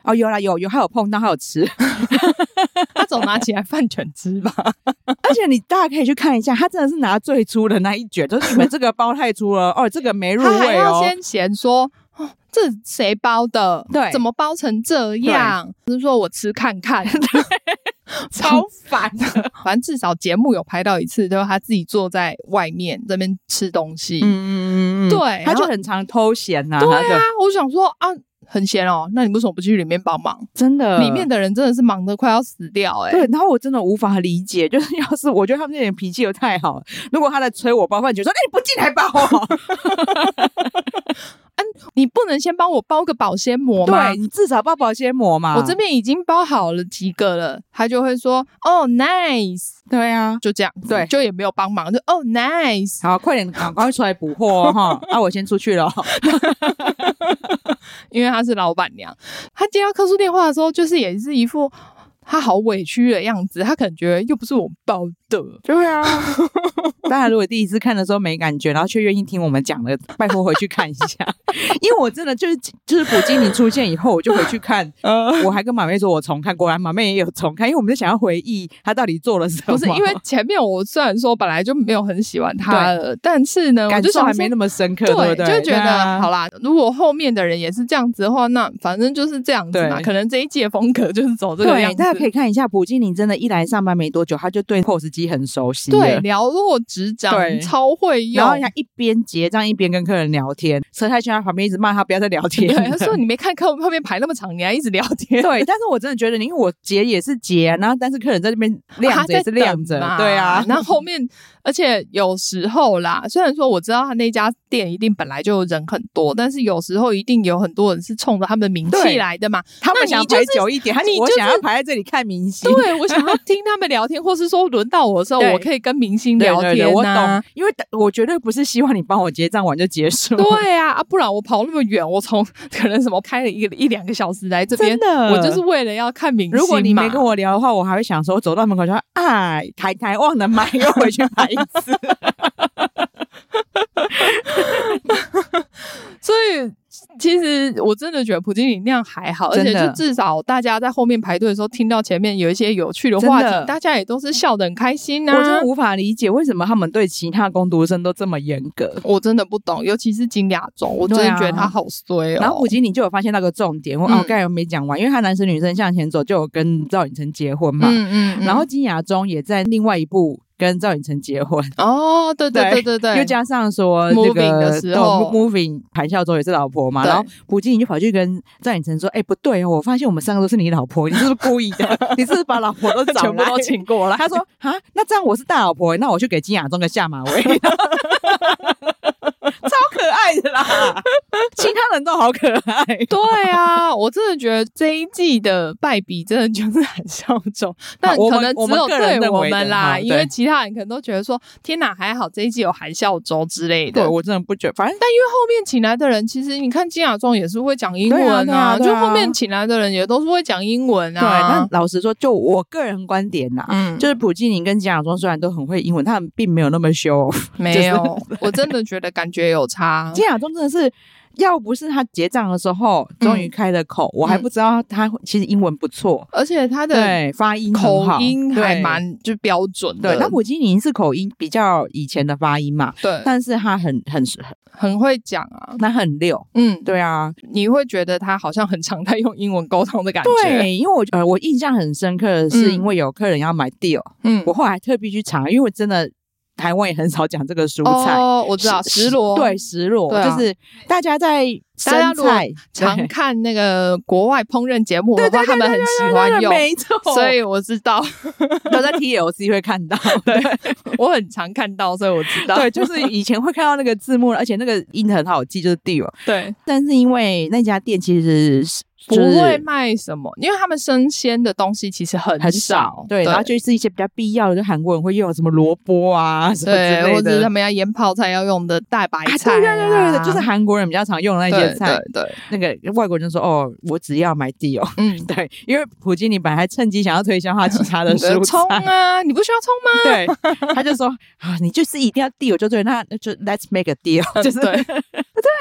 哦，有啦，有有，他有碰到，他有吃。 他总拿起来饭卷吃吧。而且你大家可以去看一下，他真的是拿最粗的那一卷，就是你们这个包太粗了，哦，这个没入他还味要哦。先嫌说。哦，这谁包的？对怎么包成这样？就是说我吃看 看，超烦的，反正至少节目有拍到一次，就是他自己坐在外面这边吃东西。嗯嗯嗯嗯对他然就后很常偷闲呐、对他啊就，我想说啊，很闲哦，那你为什么不去里面帮忙？真的里面的人真的是忙得快要死掉哎、呃对，然后我真的无法理解， 就是要是我觉得他们那点脾气又太好了， 如果他在催我包饭，就说：“哎、你不进来包、哦。你不能先帮我包个保鲜膜吗对？你至少包保鲜膜嘛。我这边已经包好了几个了，他就会说哦，nice，对啊，就这样，对就也没有帮忙，就哦，nice，好，快点赶快出来补货哦 哈、啊，我先出去了哦。因为她是老板娘。她接到客诉电话的时候，就是也是一副她好委屈的样子，她可能觉得又不是我包 的，对啊，大家如果第一次看的时候没感觉，然后却愿意听我们讲 的，拜托回去看一下，因为我真的就是就是普京你出现以后，我就回去 看，嗯我还跟马妹说我重看，果然马妹也有重看，因为我们就想要回忆他到底做了什么，不是 因为前面我虽然说本来就没有很喜欢她了，但是呢，我感就受想还说没那么深刻，对对，啊不就觉得、好了，啦，如果后面的人也是这样子的话，那反正就是这样子嘛。对可能这一季的风格就是走这个样对，子。大家可以看一下，普京你真的，一来上班没多久，他就对 POS 机很熟悉了，对寥落指掌对，超会用然后。他一边结账一边跟客人聊天，佘太君在旁边一直骂他不要再聊天对，了，他说你没看看后面排那么长，你还一直聊天。对，但是我真的觉得，因为我结也是结，然后但是客哦人在那边他晾着哦在也是晾着等嘛，对 啊，然后后面，而且有时候啦，虽然说我知道他那家店一定本来就人很多，但是有时候一定有很多人是冲着他们的名气对来的嘛。他那们你想就排是久一点，还是你我就是想要排在这里看明星。对，我想要听他们聊天，或是说轮到我的时候， 对我可以跟明星对聊对天、啊对呐。我懂，因为我绝对不是希望你帮我结账完就结束。对啊，啊，不然我跑那么远，我从 可能什么开了一个一两个小时来这边真，的，我就是。为了要看明星嘛。如果你没跟我聊的话，我还会想说，我走到门口就说啊，台台忘了买，又回去买一 次。所以其实我真的觉得普京你那样还好，而真且的就至少大家在后面排队的时候，听到前面有一些有趣的话真的题，大家也都是笑得很开心啊呐、我真的无法理解为什么他们对其他工读生都这么严格。我真的不懂，尤其是金雅中，我真的对啊觉得他好衰哦。然后普吉你就有发现那个重点，我、嗯哦，刚才没讲完，因为他男生女生向前走就有跟赵寅成结婚嘛，嗯然后金雅中也在另外一部跟赵寅成结婚，哦，对对对对对，又加上说 Moving 这个的时候对 moving 谭孝周也是老婆嘛，对然后普京你就跑去跟赵寅成说，哎、不对哦，我发现我们三个都是你老婆，你是不是故意的？ 你是不是把老婆都找 全部来都？请过来，他说啊，那这样我是大老婆，欸那我去给金雅中个下马威， 超可爱的啦，其他人都好可爱。对啊，我真的觉得这一季的败笔真的就是很效忠，但我可们能我只们有个人对认我为的们啦，哈因为对其他人可能都觉得说，天哪，还好这一季有韩孝周之类的。对后我真的不觉得，反正面请来的人，其实你看金雅中也是会讲英文对啊对啊对就啊后面请来的人也都是会讲英文对，但啊。老实说，就我个人观点呐、嗯，就是普京宁跟金雅中虽然都很会英文，他们并没有那么 show off。没有，我真的觉得感觉有差。金雅中真的是，要不是他结账的时候嗯终于开了口，我还不知道他其实英文不错，而且他嗯的对，发音很好口音还对蛮就标准的对。，那普京宁是口音比较以前的发音嘛，对但是他很很很会讲啊。他很溜，嗯，对啊，你会觉得他好像很常在用英文沟通的感觉。，对，因为我呃我印象很深刻的是，嗯因为有客人要买 deal，、嗯我后来特地去查，因为我真的台湾也很少讲这个蔬菜。哦，我知道石螺，对，，石螺对啊就是大家在大家生如果菜 常对看那个国外烹饪节目的对话，对他们很喜欢用，没错，所以我知道， 都在 TLC 会看到。对我很常看到，所以我知道， 对，就是以前会看到那个字幕，而且那个音很好记，就是 deal。对，但是因为那家店其实是不就是会卖什么，因为他们生鲜的东西其实很很少少，，对，然后就是一些比较必要的，就韩国人会用什么萝卜啊什么对，或之类者是他的。们要腌泡菜要用的大白啊，对菜啊，对对对对，就是韩国人比较常用的那些对菜对。对，那个外国人就说：“哦，我只要买 deal。”嗯， 对，因为普京你本来还趁机想要推销他其他的你蔬的葱菜，啊，你不需要葱 吗？对，他就说啊，你就是一定要 deal 就对，那那就 let's make a deal，就是 对，对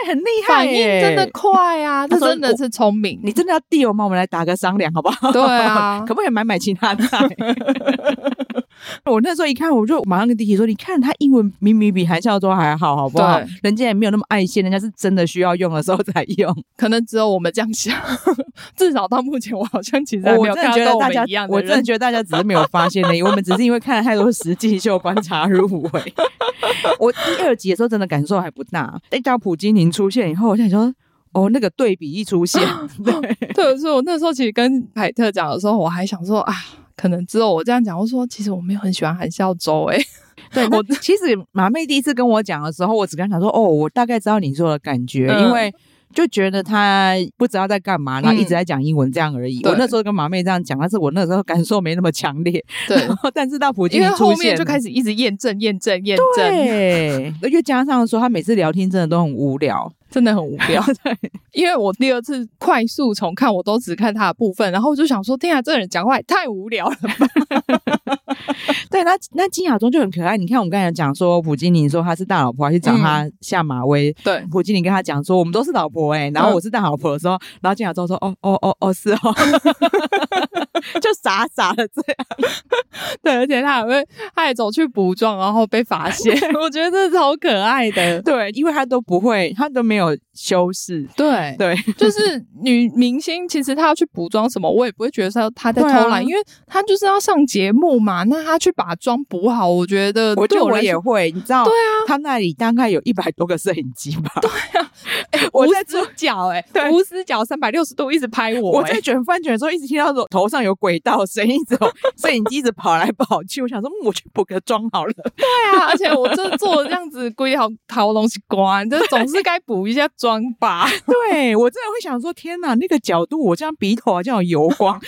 很厉害反耶，应真的快啊，这 他说真的是聪明，你真的要 deal 吗？我们来打个商量好不好？对啊 可不可以买买其他菜？ 我那时候一看，我就马上跟弟弟说：“你看他英文明明比韩孝周还好，好不好对？人家也没有那么爱现，人家是真的需要用的时候才用。可能只有我们这样想， 至少到目前我好像其实还哦我没有真看的觉到跟得大们家一样，我的真的人。觉得大家只是没有发现而已。我们只是因为看了太多实境秀观察入围。 我第二集的时候真的感受还不大，一到普京宁出现以后，我想说，哦，那个对比一出现，对对，所以我那时候其实跟海特讲的时候，我还想说啊，可能只有我这样讲，我说其实我没有很喜欢韩孝周、欸，对我其实马妹第一次跟我讲的时候，我只跟她讲说，哦，我大概知道你说的感觉，嗯因为。就觉得他不知道在干嘛，然后一直在讲英文这样而已。对我那时候跟马妹这样讲，但是我那时候感受没那么强烈。对然，后 但是到普京因为后出现面就开始一直验证、验证、验证，对， 而且加上说他每次聊天真的都很无聊， 真的很无聊。因为我第二次快速重看，我都只看他的部分，然后我就想说，天啊，这个人讲话也太无聊了吧。对，那那金雅中就很可爱。你看我们刚才讲说普京林说他是大老婆，还去找他下马威。对，普京林跟他讲说我们都是老婆哎、然后我是大老婆的时候，然后金雅中说哦哦哦哦 是哦，就傻傻的这样。对，而且他还会，他还走去补妆，然后被 发现，我觉得这是好可爱的。对，因为他都不会，他都没有修饰。对，对，就是女明星，其实她要去补妆什么，我也不会觉得是她在偷对啊懒，因为她就是要上节目嘛。那她去把妆补好，我觉得我觉对得我我来也说会，你知道，对啊，他那里大概有一百多个摄影机吧。对啊，我无在做死角哎、对无死角三百六十度一直拍我、我欸，在卷饭卷的时候，一直听到说头上有轨道声，一直有摄影机一直跑来跑去。我想说，嗯我去补个妆好了。 对啊，而且我这做这样子规条掏东西关，这总是该补一下妆吧。 对我真的会想说，天哪，那个角度，我这样鼻头好像有油 光。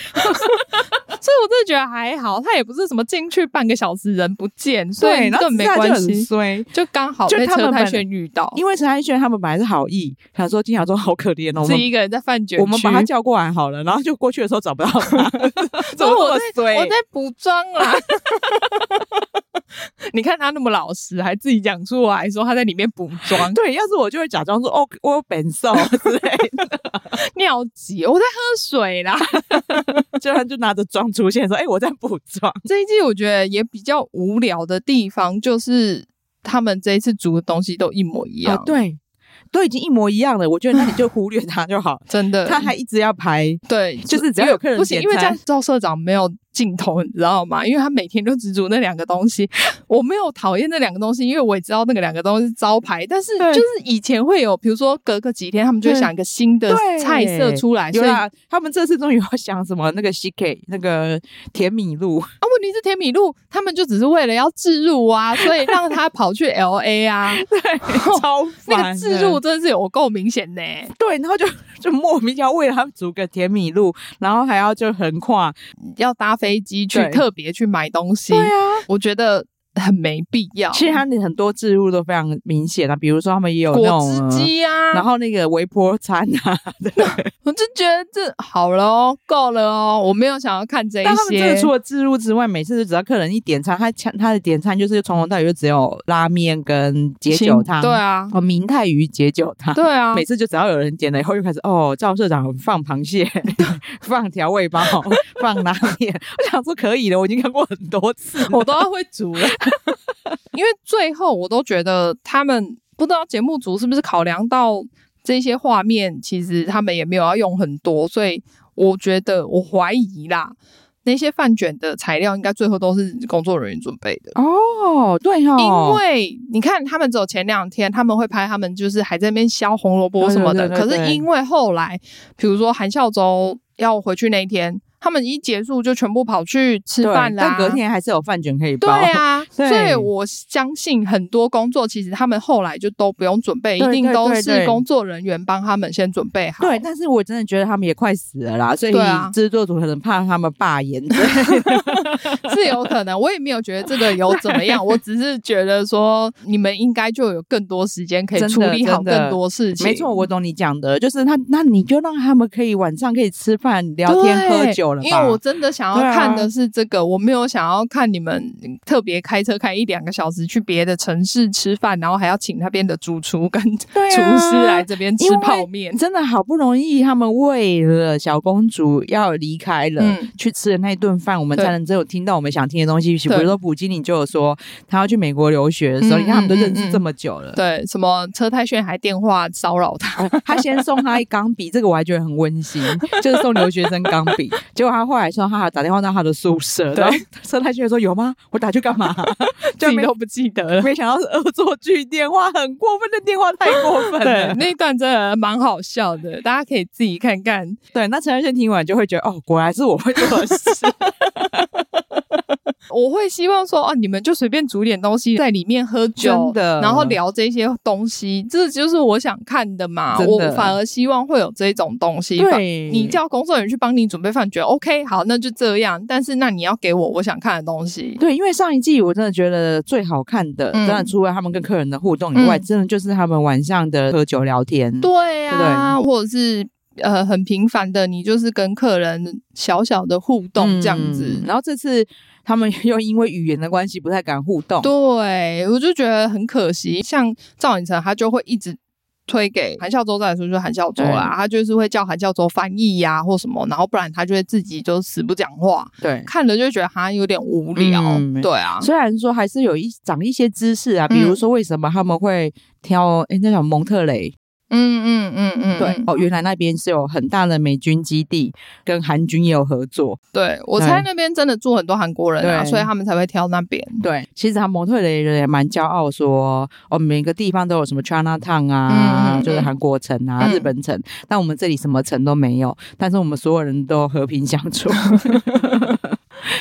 所以我真的觉得还好，他也不是什么进去半个小时人不见，所以对，然后更没私下就关很系，衰。就刚好就被他们车本太来轩遇到，因为陈安轩他们本来是好意，想说金小中好可怜哦，我自们己一个人在饭卷区。我们把他叫过来好了，然后就过去的时候找不到他， 怎么我那么在衰？，我在补妆啦。 你看他那么老实，还自己讲出来说他在里面补 妆对，要是我就会假装说哦，我有本瘦之类 的，尿急，我在喝水啦。就他就拿着妆出现说，哎、我在补妆。这一季我觉得也比较无聊的地方就是。他们这一次煮的东西都一模一样，。啊，对，都已经一模一样了。我觉得那你就忽略他就好了 真的，他还一直要拍，对，就是只要有客人不行，点因为这餐样赵社长没有镜头，你知道吗？因为他每天都只煮那两个东西，我没有讨厌那两个东西，因为我也知道那个两个东西是招牌，但是对就是以前会有，比如说隔个几天，他们就会对想一个新的对菜色出来，有所以啊，啦，他们这次终于要想什么那个 CK 那个甜米露， 啊问题是甜米露他们就只是为了要置入啊，所以让他跑去 L A 啊，超那烦个的。置入真的是有够明显 呢、对，然后就就莫名其妙为了他们煮个甜米露，然后还要就横跨，要搭飞机去对特别去买东西，啊。我觉得很没必要。其实他们很多置入都非常明显啊，比如说他们也有那果种汁，机啊，呃然后那个微波餐啊，我就觉得这好了哦，够了哦，我没有想要看这一但他们真些的。除了自入之外，每次只要客人一点餐，他他他的点餐就是从头到尾就只有拉面跟解酒汤，对，啊，哦，明太鱼解酒汤。对 啊每，次就只要有人点了以后，又开始哦，赵社长放螃蟹，放调味包， 放拉面。我想说可以的，我已经看过很多次了。我都要会煮了。 因为最后我都觉得他们不知道节目组是不是考量到这些画面，其实他们也没有要用很多，所以我觉得我怀疑啦，那些饭卷的材料应该最后都是工作人员准备的。哦，对哦，因为你看，他们只有前两天他们会拍，他们就是还在那边削红萝卜什么的。对对对对可是因为后来，比如说韩孝周要回去那一天，他们一结束就全部跑去吃对饭啦、但隔天还是有饭卷可以对包。啊，对所以我相信很多工作其实他们后来就都不用准备，对一定都对对是对工作人员帮他们先准备好。对，但是我真的觉得他们也快死了啦，所以对啊制作组可能怕他们罢演之类的 是有可能，我也没有觉得这个有怎么 样，我只是觉得说你们应该就有更多时间可以真的处理好真的更多事情。没错，我懂你讲的，就是那那你就让他们可以晚上可以吃饭、聊天、对喝酒了吧。因为我真的想对要啊看的是这个，我没有想要看你们特别开车开一两个小时去别的城市吃饭，然后还要请那边的主厨跟厨对啊师来这边吃泡面。真的好不容易，他们为了小公主要离开了，嗯去吃的那一顿饭，我们对才能真有听到我们想听的东西。比对如说，普京你就有说他要去美国留学的时候，嗯你看他们都认嗯嗯识嗯这么久了。对，什么车太炫还电话骚扰他，他先送他一钢笔，这个我还觉得很温馨，就是送留学生钢笔。结果他后来说他还打电话到他的宿舍，对然后车太轩说有吗？我打去干嘛？ 自就己没都不记得 了。没想到是恶作剧电话，很过分的电话太过分对了，。 那一段真的蛮好笑的，大家可以自己看看。 对，那陈奕迅听完就会觉得，哦，果然是我会做的事。我会希望说，哦、啊，你们就随便煮点东西在里面喝酒真的然后聊这些东西，这就是我想看的嘛。真的我反而希望会有这种东西。反对，你叫工作人员去帮你准备饭，你觉得 OK 好，那就这样。但是那你要给我我想看的东西。对，因为上一季我真的觉得最好看的，嗯当然除了他们跟客人的互动以外，嗯真的就是他们晚上的喝酒聊天。对啊，或者是呃很频繁的，你就是跟客人小小的互动这样子。嗯然后这次他们又因为语言的关系不太敢互动。对，我就觉得很可惜。像赵寅成，他就会一直推给韩孝周，再来说就是韩孝周啦，他就是会叫韩孝周翻译呀、或什么，然后不然他就会自己就死不讲话，对看了就觉得好像有点无聊。嗯对啊，虽然说还是有一长一些知识啊，比如嗯说为什么他们会挑诶那种蒙特雷，嗯嗯嗯嗯，对哦，原来那边是有很大的美军基地，跟韩军也有合作。对，我猜那边真的住很多韩国人啊，对所以他们才会挑那边。对，其实他蒙特雷人也蛮骄傲说，哦，每个地方都有什么 China Town 啊，嗯嗯就是韩国城啊、嗯日本城，但我们这里什么城都没有，但是我们所有人都和平相 处。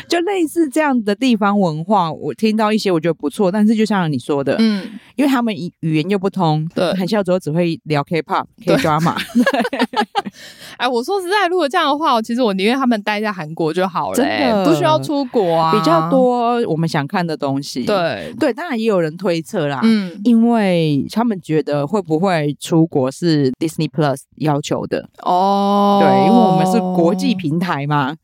就类似这样的地方文化，我听到一些我觉得不错，但是就像你说的，嗯，因为他们语语言又不通，对韩孝周只会聊 K-pop、对 K-drama，哎，我说实在，如果这样的话，其实我宁愿他们待在韩国就好了、真欸，的不需要出国啊，比较。多我们想看的东西。对，对，当然也有人推测啦，嗯，因为他们觉得会不会出国是 Disney Plus 要求的，哦，对，因为我们是国际平台嘛，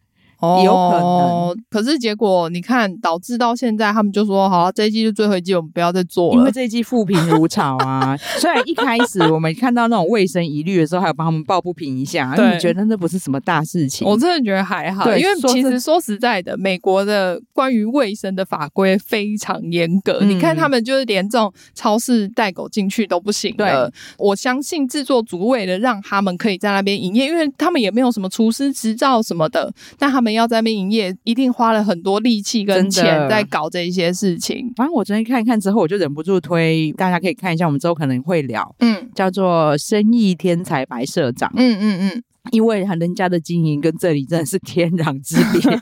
也有可能哦。可是结果你看，导致到现在，他们就说：“好、啊，这一季就最后一季，我们不要再做因为了。这一季负评如潮 啊。虽然一开始我们看到那种卫生疑虑的时候，还有帮他们抱不平一下，因对为觉得那不是什么大事”情。我真的觉得还好，对因为说其真实说实在的，美国的关于卫生的法规非常严格。嗯你看他们就是连这种超市带狗进去都不行了。我相信制作组为了让他们可以在那边营业，因为他们也没有什么厨师执照什么的，但他们要在那边营业，一定花了很多力气跟真的钱在搞这一些事情。反正我昨天看一看之后，我就忍不住推大家可以看一下，我们之后可能会聊，嗯叫做“生意天才白社长”，嗯嗯嗯，因为人家的经营跟这里真的是天壤之别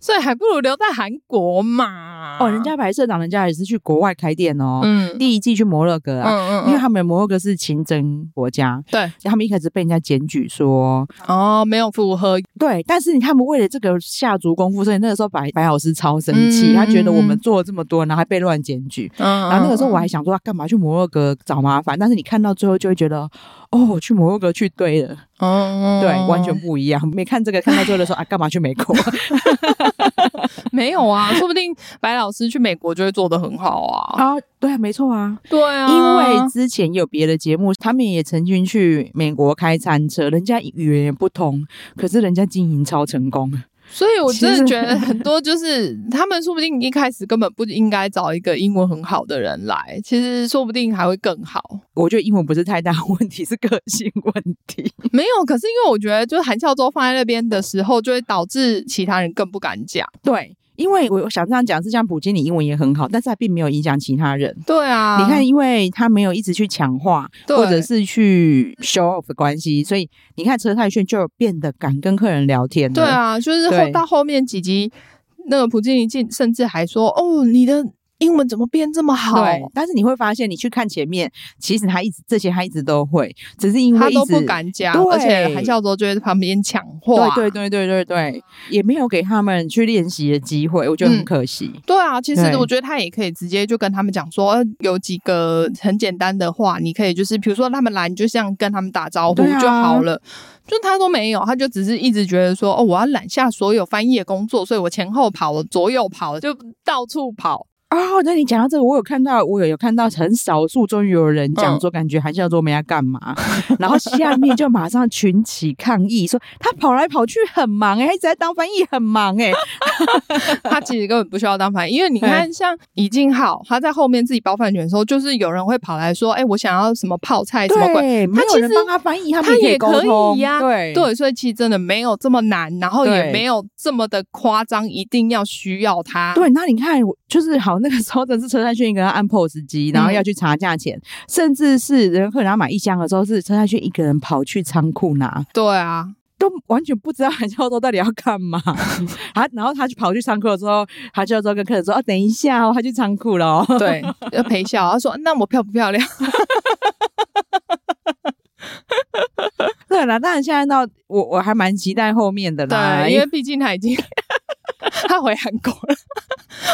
所以还不如留在韩国嘛。哦。人家白社长，人家也是去国外开店哦，嗯第一季去摩洛哥嗯啊，嗯，因为他们摩洛哥是清真国家，对他们一开始被人家检举说，哦没有符合，对，但是他们为了这个下足功夫，所以那个时候白白老师超生气，嗯他觉得我们做了这么多，然后还被乱检举。嗯然后那个时候我还想说，啊他干嘛去摩洛哥找麻烦？但是你看到最后就会觉得，哦，去摩洛哥去对了，哦对，完全不一样。没看这个，看到最后的时候啊，干嘛去美国？ 没有啊，说不定白老师去美国就会做的很好 啊。啊，对啊，没错啊，对啊，因为之前有别的节目，他们也曾经去美国开餐车，人家语言也不通，可是人家经营超成功。所以我真的其觉得很多就是他们说不定一开始根本不应该找一个英文很好的人来，其实说不定还会更好。我觉得英文不是太大问题，是个性问题。没有，可是因为我觉得就是韩孝周放在那边的时候，就会导致其他人更不敢讲。 对，因为我想这样讲，是像普京，你英文也很好，但是他并没有影响其他人。对啊，你看，因为他没有一直去强化，对，或者是去 show off 的关系，所以你看车太炫就变得敢跟客人聊天了。对，啊，就是后对到后面几集，那个朴槿惠进甚至还说：“哦，你的英文怎么变这么好？”对。但是你会发现，你去看前面，其实他一直这些他一直都会，只是因为他一都不直敢讲，对而且韩孝周就会在旁边抢话。对对对对对对，也没有给他们去练习的机会，我觉得嗯很可惜。对啊，其实对我觉得他也可以直接就跟他们讲说，呃有几个很简单的话，你可以就是比如说他们来，你就像跟他们打招呼对啊就好了。就他都没有，他就只是一直觉得说，哦，我要揽下所有翻译的工作，所以我前后跑，我左右跑，就到处跑。哦，那你讲到这个，我有看到，我有有看到很少数，终于有人讲说，感觉韩孝周没在干 嘛，然后下面就马上群起抗议，说他跑来跑去很忙哎、欸，他一直在当翻译很忙哎、欸，他其实根本不需要当翻译，因为你看，像已经好，他在后面自己包饭卷的时候，就是有人会跑来说：“哎、我想要什么泡菜，什么鬼。对，没有其人实帮他翻译，他他们也可也以沟可以通呀对”对，所以其实真的没有这么难，然后也对没有这么的夸张，一定要需要他。对，那你看，我就是好那个时候真是车太炫一个人按 POS 机，然后要去查价钱，甚至是人客人要买一箱的时候，是车太炫一个人跑去仓库拿， 对啊，都完全不知道韩教授到底要干嘛。 啊，然后他就跑去仓库的时候，韩教授跟客人说：“哦，等一下哦，他去仓库了哦。对，要陪笑。啊他说：“那我漂不漂亮 对了，当然现在到我我还蛮期待后面的？”哎啦，对，因为毕竟他已经 他回韩国了。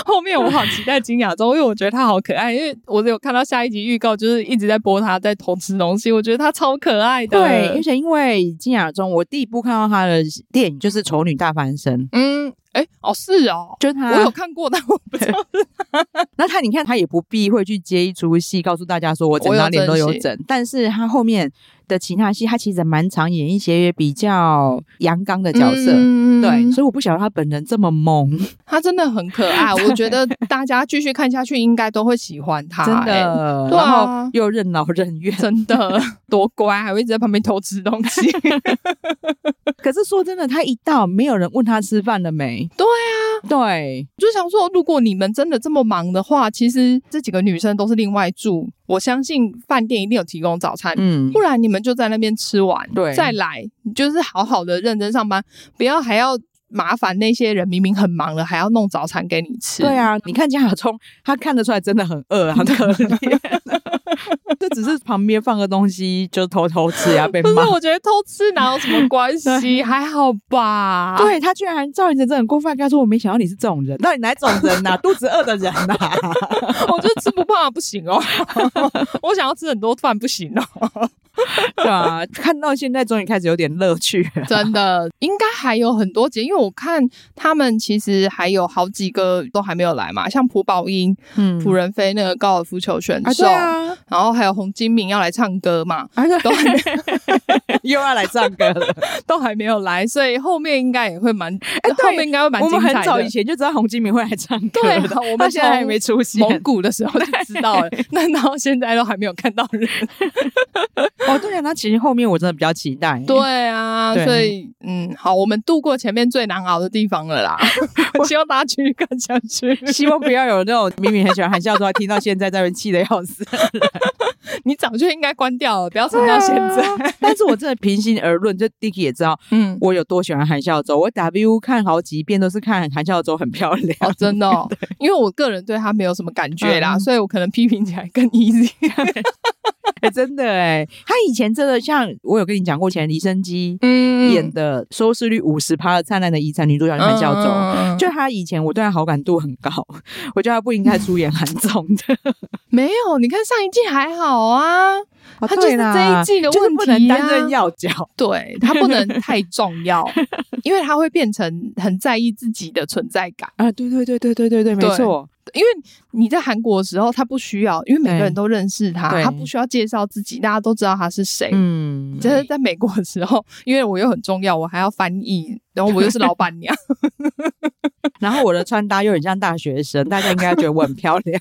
后面我好期待金雅中，因为我觉得他好可爱。因为我有看到下一集预告，就是一直在播他在偷吃东西，我觉得他超可爱的。对，而且因为金雅中，我第一部看到他的电影就是《丑女大翻身》，嗯，哎，哦，是哦，就是他我有看过，但我不知道。那他你看，他也不必会去接一出戏，告诉大家说我整张脸都有我有整，但是他后面的其他戏，他其实蛮常演一些比较阳刚 的角色。嗯对，所以我不晓得他本人这么萌，他真的很可 爱，我觉得大家继续看下去，应该都会喜欢他、真哎。的，对啊然后又任劳任怨。真的 多乖，还会一直在旁边偷吃东西。可是说真的，他一到没有人问他吃饭了没？对啊，对， 就想说，如果你们真的这么忙的话，其实这几个女生都是另外住，我相信饭店一定有提供早餐，嗯不，然你们就在那边吃完，对再来，你就是好好的认真上班，不要还要麻烦那些人，明明很忙了，还要弄早餐给你吃。对，啊，你看江小聪，他看得出来真的很饿，啊很可怜。啊 这只是旁边放个东西就偷偷吃啊呀，被不是，骂。我觉得偷吃哪有什么关 系，还好吧？ 对他居然赵云成真的很过分，跟他说我没想到你是这种人，到底哪种人呐、啊肚子饿的人啊呐、我就吃不胖不行 哦，我想要吃很多饭不行哦， 对啊，看到现在终于开始有点乐趣了。真的应该还有很多节，因为我看他们其实还有好几个都还没有来嘛，像朴宝英、嗯朴仁飞那个高尔夫球选啊，手，对啊，然后还有洪金明要来唱歌嘛，啊都对，还 没又要来唱歌了。都还没有来，所以后面应该也会蛮，对后面应该会蛮我精们很彩早以的。前就知道洪金明会来唱歌对了， 啊我们他现在还从没出现。蒙古的时候就知道了，那到现在都还没有看到人。哦，对啊，那其实后面我真的比较期待。对啊，对所以嗯，好，我们度过前面最难熬的地方 了啦。希望大家继续看下去。希望不要有那种明明很喜欢韩孝周，还听到现在在那边气的要 死。 你早就应该关掉了，不要啊撑到现在。 但是我真的平心而论，就 Dicky 也知道嗯，我有多喜欢韩孝周，我 W 看好几遍都是看韩孝周很漂亮。 哦，真的、哦，因为我个人对他没有什么感觉啦，嗯 所以我可能批评起来更 easy。哎、真的哎，他以前真的像我有跟你讲过，以前李生基嗯演的收视率五十趴的《灿烂的遗产》女主角就是韩孝周。嗯就他以前我对他好感度很高， 我觉得他不应该出演韩综的。没有，你看上一季还好啊，哦他就是对啦这一季的就是不问能题啊担任要角。对他不能太重要，因为他会变成很在意自己的存在感。 啊，对对对对对对对，没对错，因为你在韩国的时候，他不需要，因为每个对人都认识他，对他不需要介绍自己，大家都知道他是谁。嗯，就是在美国的时候，因为我又很重要，我还要翻译，然后我又是老板娘， 然后我的穿搭又很像大学生，大家应该觉得我很漂 亮。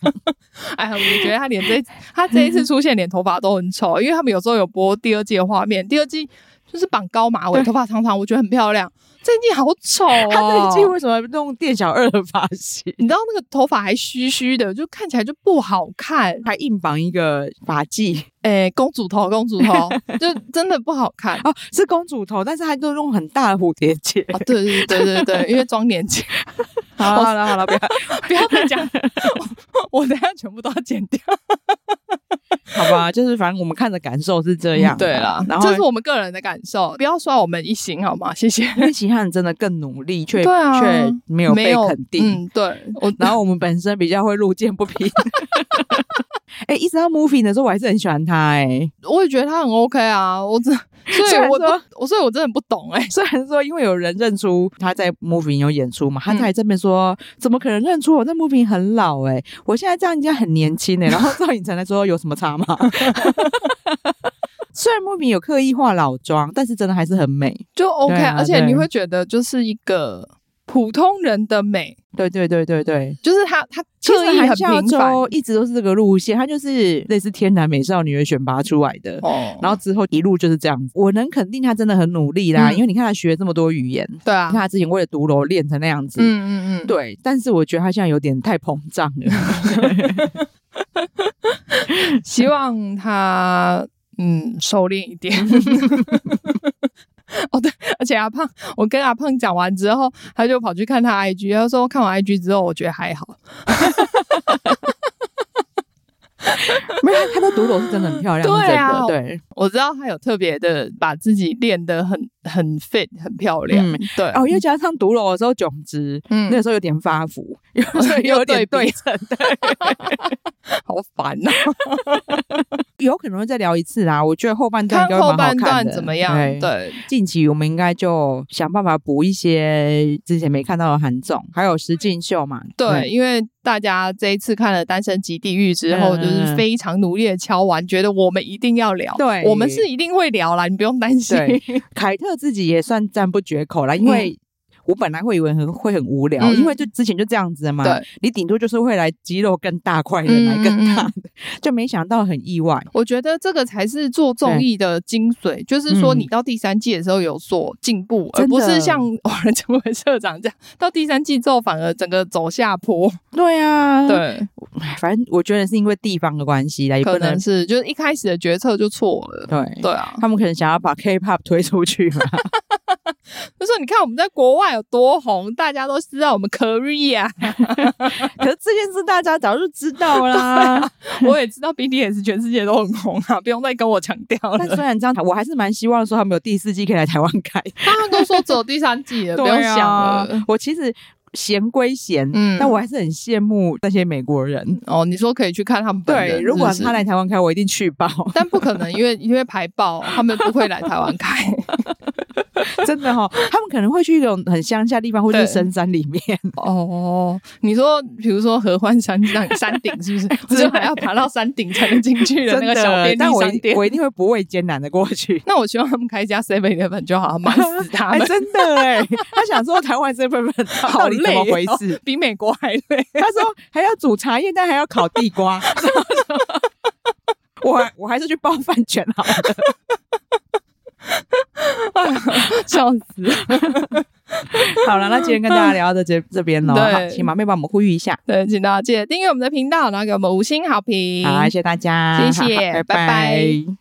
哎呀，我觉得他连这他这一次出现，连头发都很丑，因为他们有时候有播第二季的画面，第二季就是绑高马尾，头发长长，我觉得很漂亮。这一季好丑哦，他这一季为什么弄店小二的发型？你知道那个头发还虚虚的，就看起来就不好看。还硬绑一个发髻哎、公主头，公主头，就真的不好看。 哦，是公主头，但是他都用很大的蝴蝶 结。哦，对对对对对，因为装年轻，好了好了好了，不要不要 再讲，我我等一下全部都要剪掉。好吧，就是反正我们看的感受是这样。对啦，然后这是我们个人的感受，不要刷我们一星好吗？谢谢。因为其他人真的更努力，却对啊却没有被肯定。嗯，对，我然后我们本身比较会路见不 平。哎、一直到 movie 的时候，我还是很喜欢他哎、我也觉得他很 OK 啊，我真，所以虽然我说不，我所以我真的不懂哎、虽然说因为有人认出他在 movie 有演出嘛，他嗯才这边说、怎么可能认出我在 movie 很老哎、我现在这样应该很年轻哎、然后赵寅成才说有什么差吗？ 虽然 movie 有刻意化老妆，但是真的还是很美。就 OK，、对啊而且对你会觉得就是一个普通人的美，对对对对对，就是他他其刻实意很韩孝平凡周一直都是这个路线，她就是类似天然美少女的选拔出来的。哦然后之后一路就是这样子，我能肯定她真的很努力啦，嗯因为你看她学这么多语言，对啊你看，她之前为了独楼练成那样子，嗯嗯嗯，对，但是我觉得他现在有点太膨胀 了。希望他嗯收敛一点。 哦，对，而且阿胖，我跟阿胖讲完之后，他就跑去看他 IG，他说看完 IG 之后，我觉得还好。没有，她的独楼是真的很漂亮，对啊是真的对。我知道他有特别的把自己练得很很 fit，很漂亮。嗯对，哦，因为加上独楼的时候迥值，嗯那个时候有点发福， 有时候又有点对比对称，对，好烦啊呐、有可能会再聊一次啦。我觉得后半段看应该会后蛮好半段看的怎么样？对对，近期我们应该就想办法补一些之前没看到的韩综，还有石进秀嘛。对，，因为大家这一次看了《单身即地狱》之后，嗯就是非常努力的敲完，觉得我们一定要聊。对我们是一定会聊啦，你不用担心。对， 凯特自己也算赞不绝口啦，因为。我本来会以为很会很无聊，嗯因为就之前就这样子的嘛。对，你顶多就是会来肌肉更大块的，嗯来更大的，就没想到很意外。我觉得这个才是做综艺的精髓，就是说嗯你到第三季的时候有所进步，真的而不是像我们成为社长这样，到第三季之后反而整个走下坡。对啊，，对，反正我觉得是因为地方的关系啦，也不可能能是就是一开始的决策就错了。对。对啊，他们可能想要把 K-pop 推出去 嘛，就说你看我们在国外有多红，大家都知道我们 Korea，可是这件事大家早就知道 啦。我也知道 BTS 全世界都很红啊，不用再跟我强调但虽了。然这样，我还是蛮希望说他们有第四季可以来台湾 开，他们都说走第三季了，不对用啊想了。我其实闲归闲，嗯但我还是很羡慕那些美国人。哦，你说可以去看他们本人对，如果是不他是来台湾开，我一定去报。 但不可能，因为因为排爆，他们不会来台湾 开。真的哈、他们可能会去一种很乡下的地方，或者对是深山里面。 哦，你说比如说合欢山上山顶 是不是？我就还要爬到山顶才能进去的那真个小便的，但利我商一店。我。一定会不畏艰难的过去 那我希望他们开一家 Seven Eleven 就好，忙死他哎，们，真的哎，他想说台湾这份份好到底怎累么哦，回事？比美国还累。 他说还要煮茶叶蛋，还要烤地瓜。 我我还是去报饭卷好了。笑死！ 好了，那今天跟大家聊到这这边喽。对好，请马妹帮我们呼吁一下。对，请大家记得订阅我们的频道，然后给我们五星好评。好，谢谢大家，谢谢好拜拜拜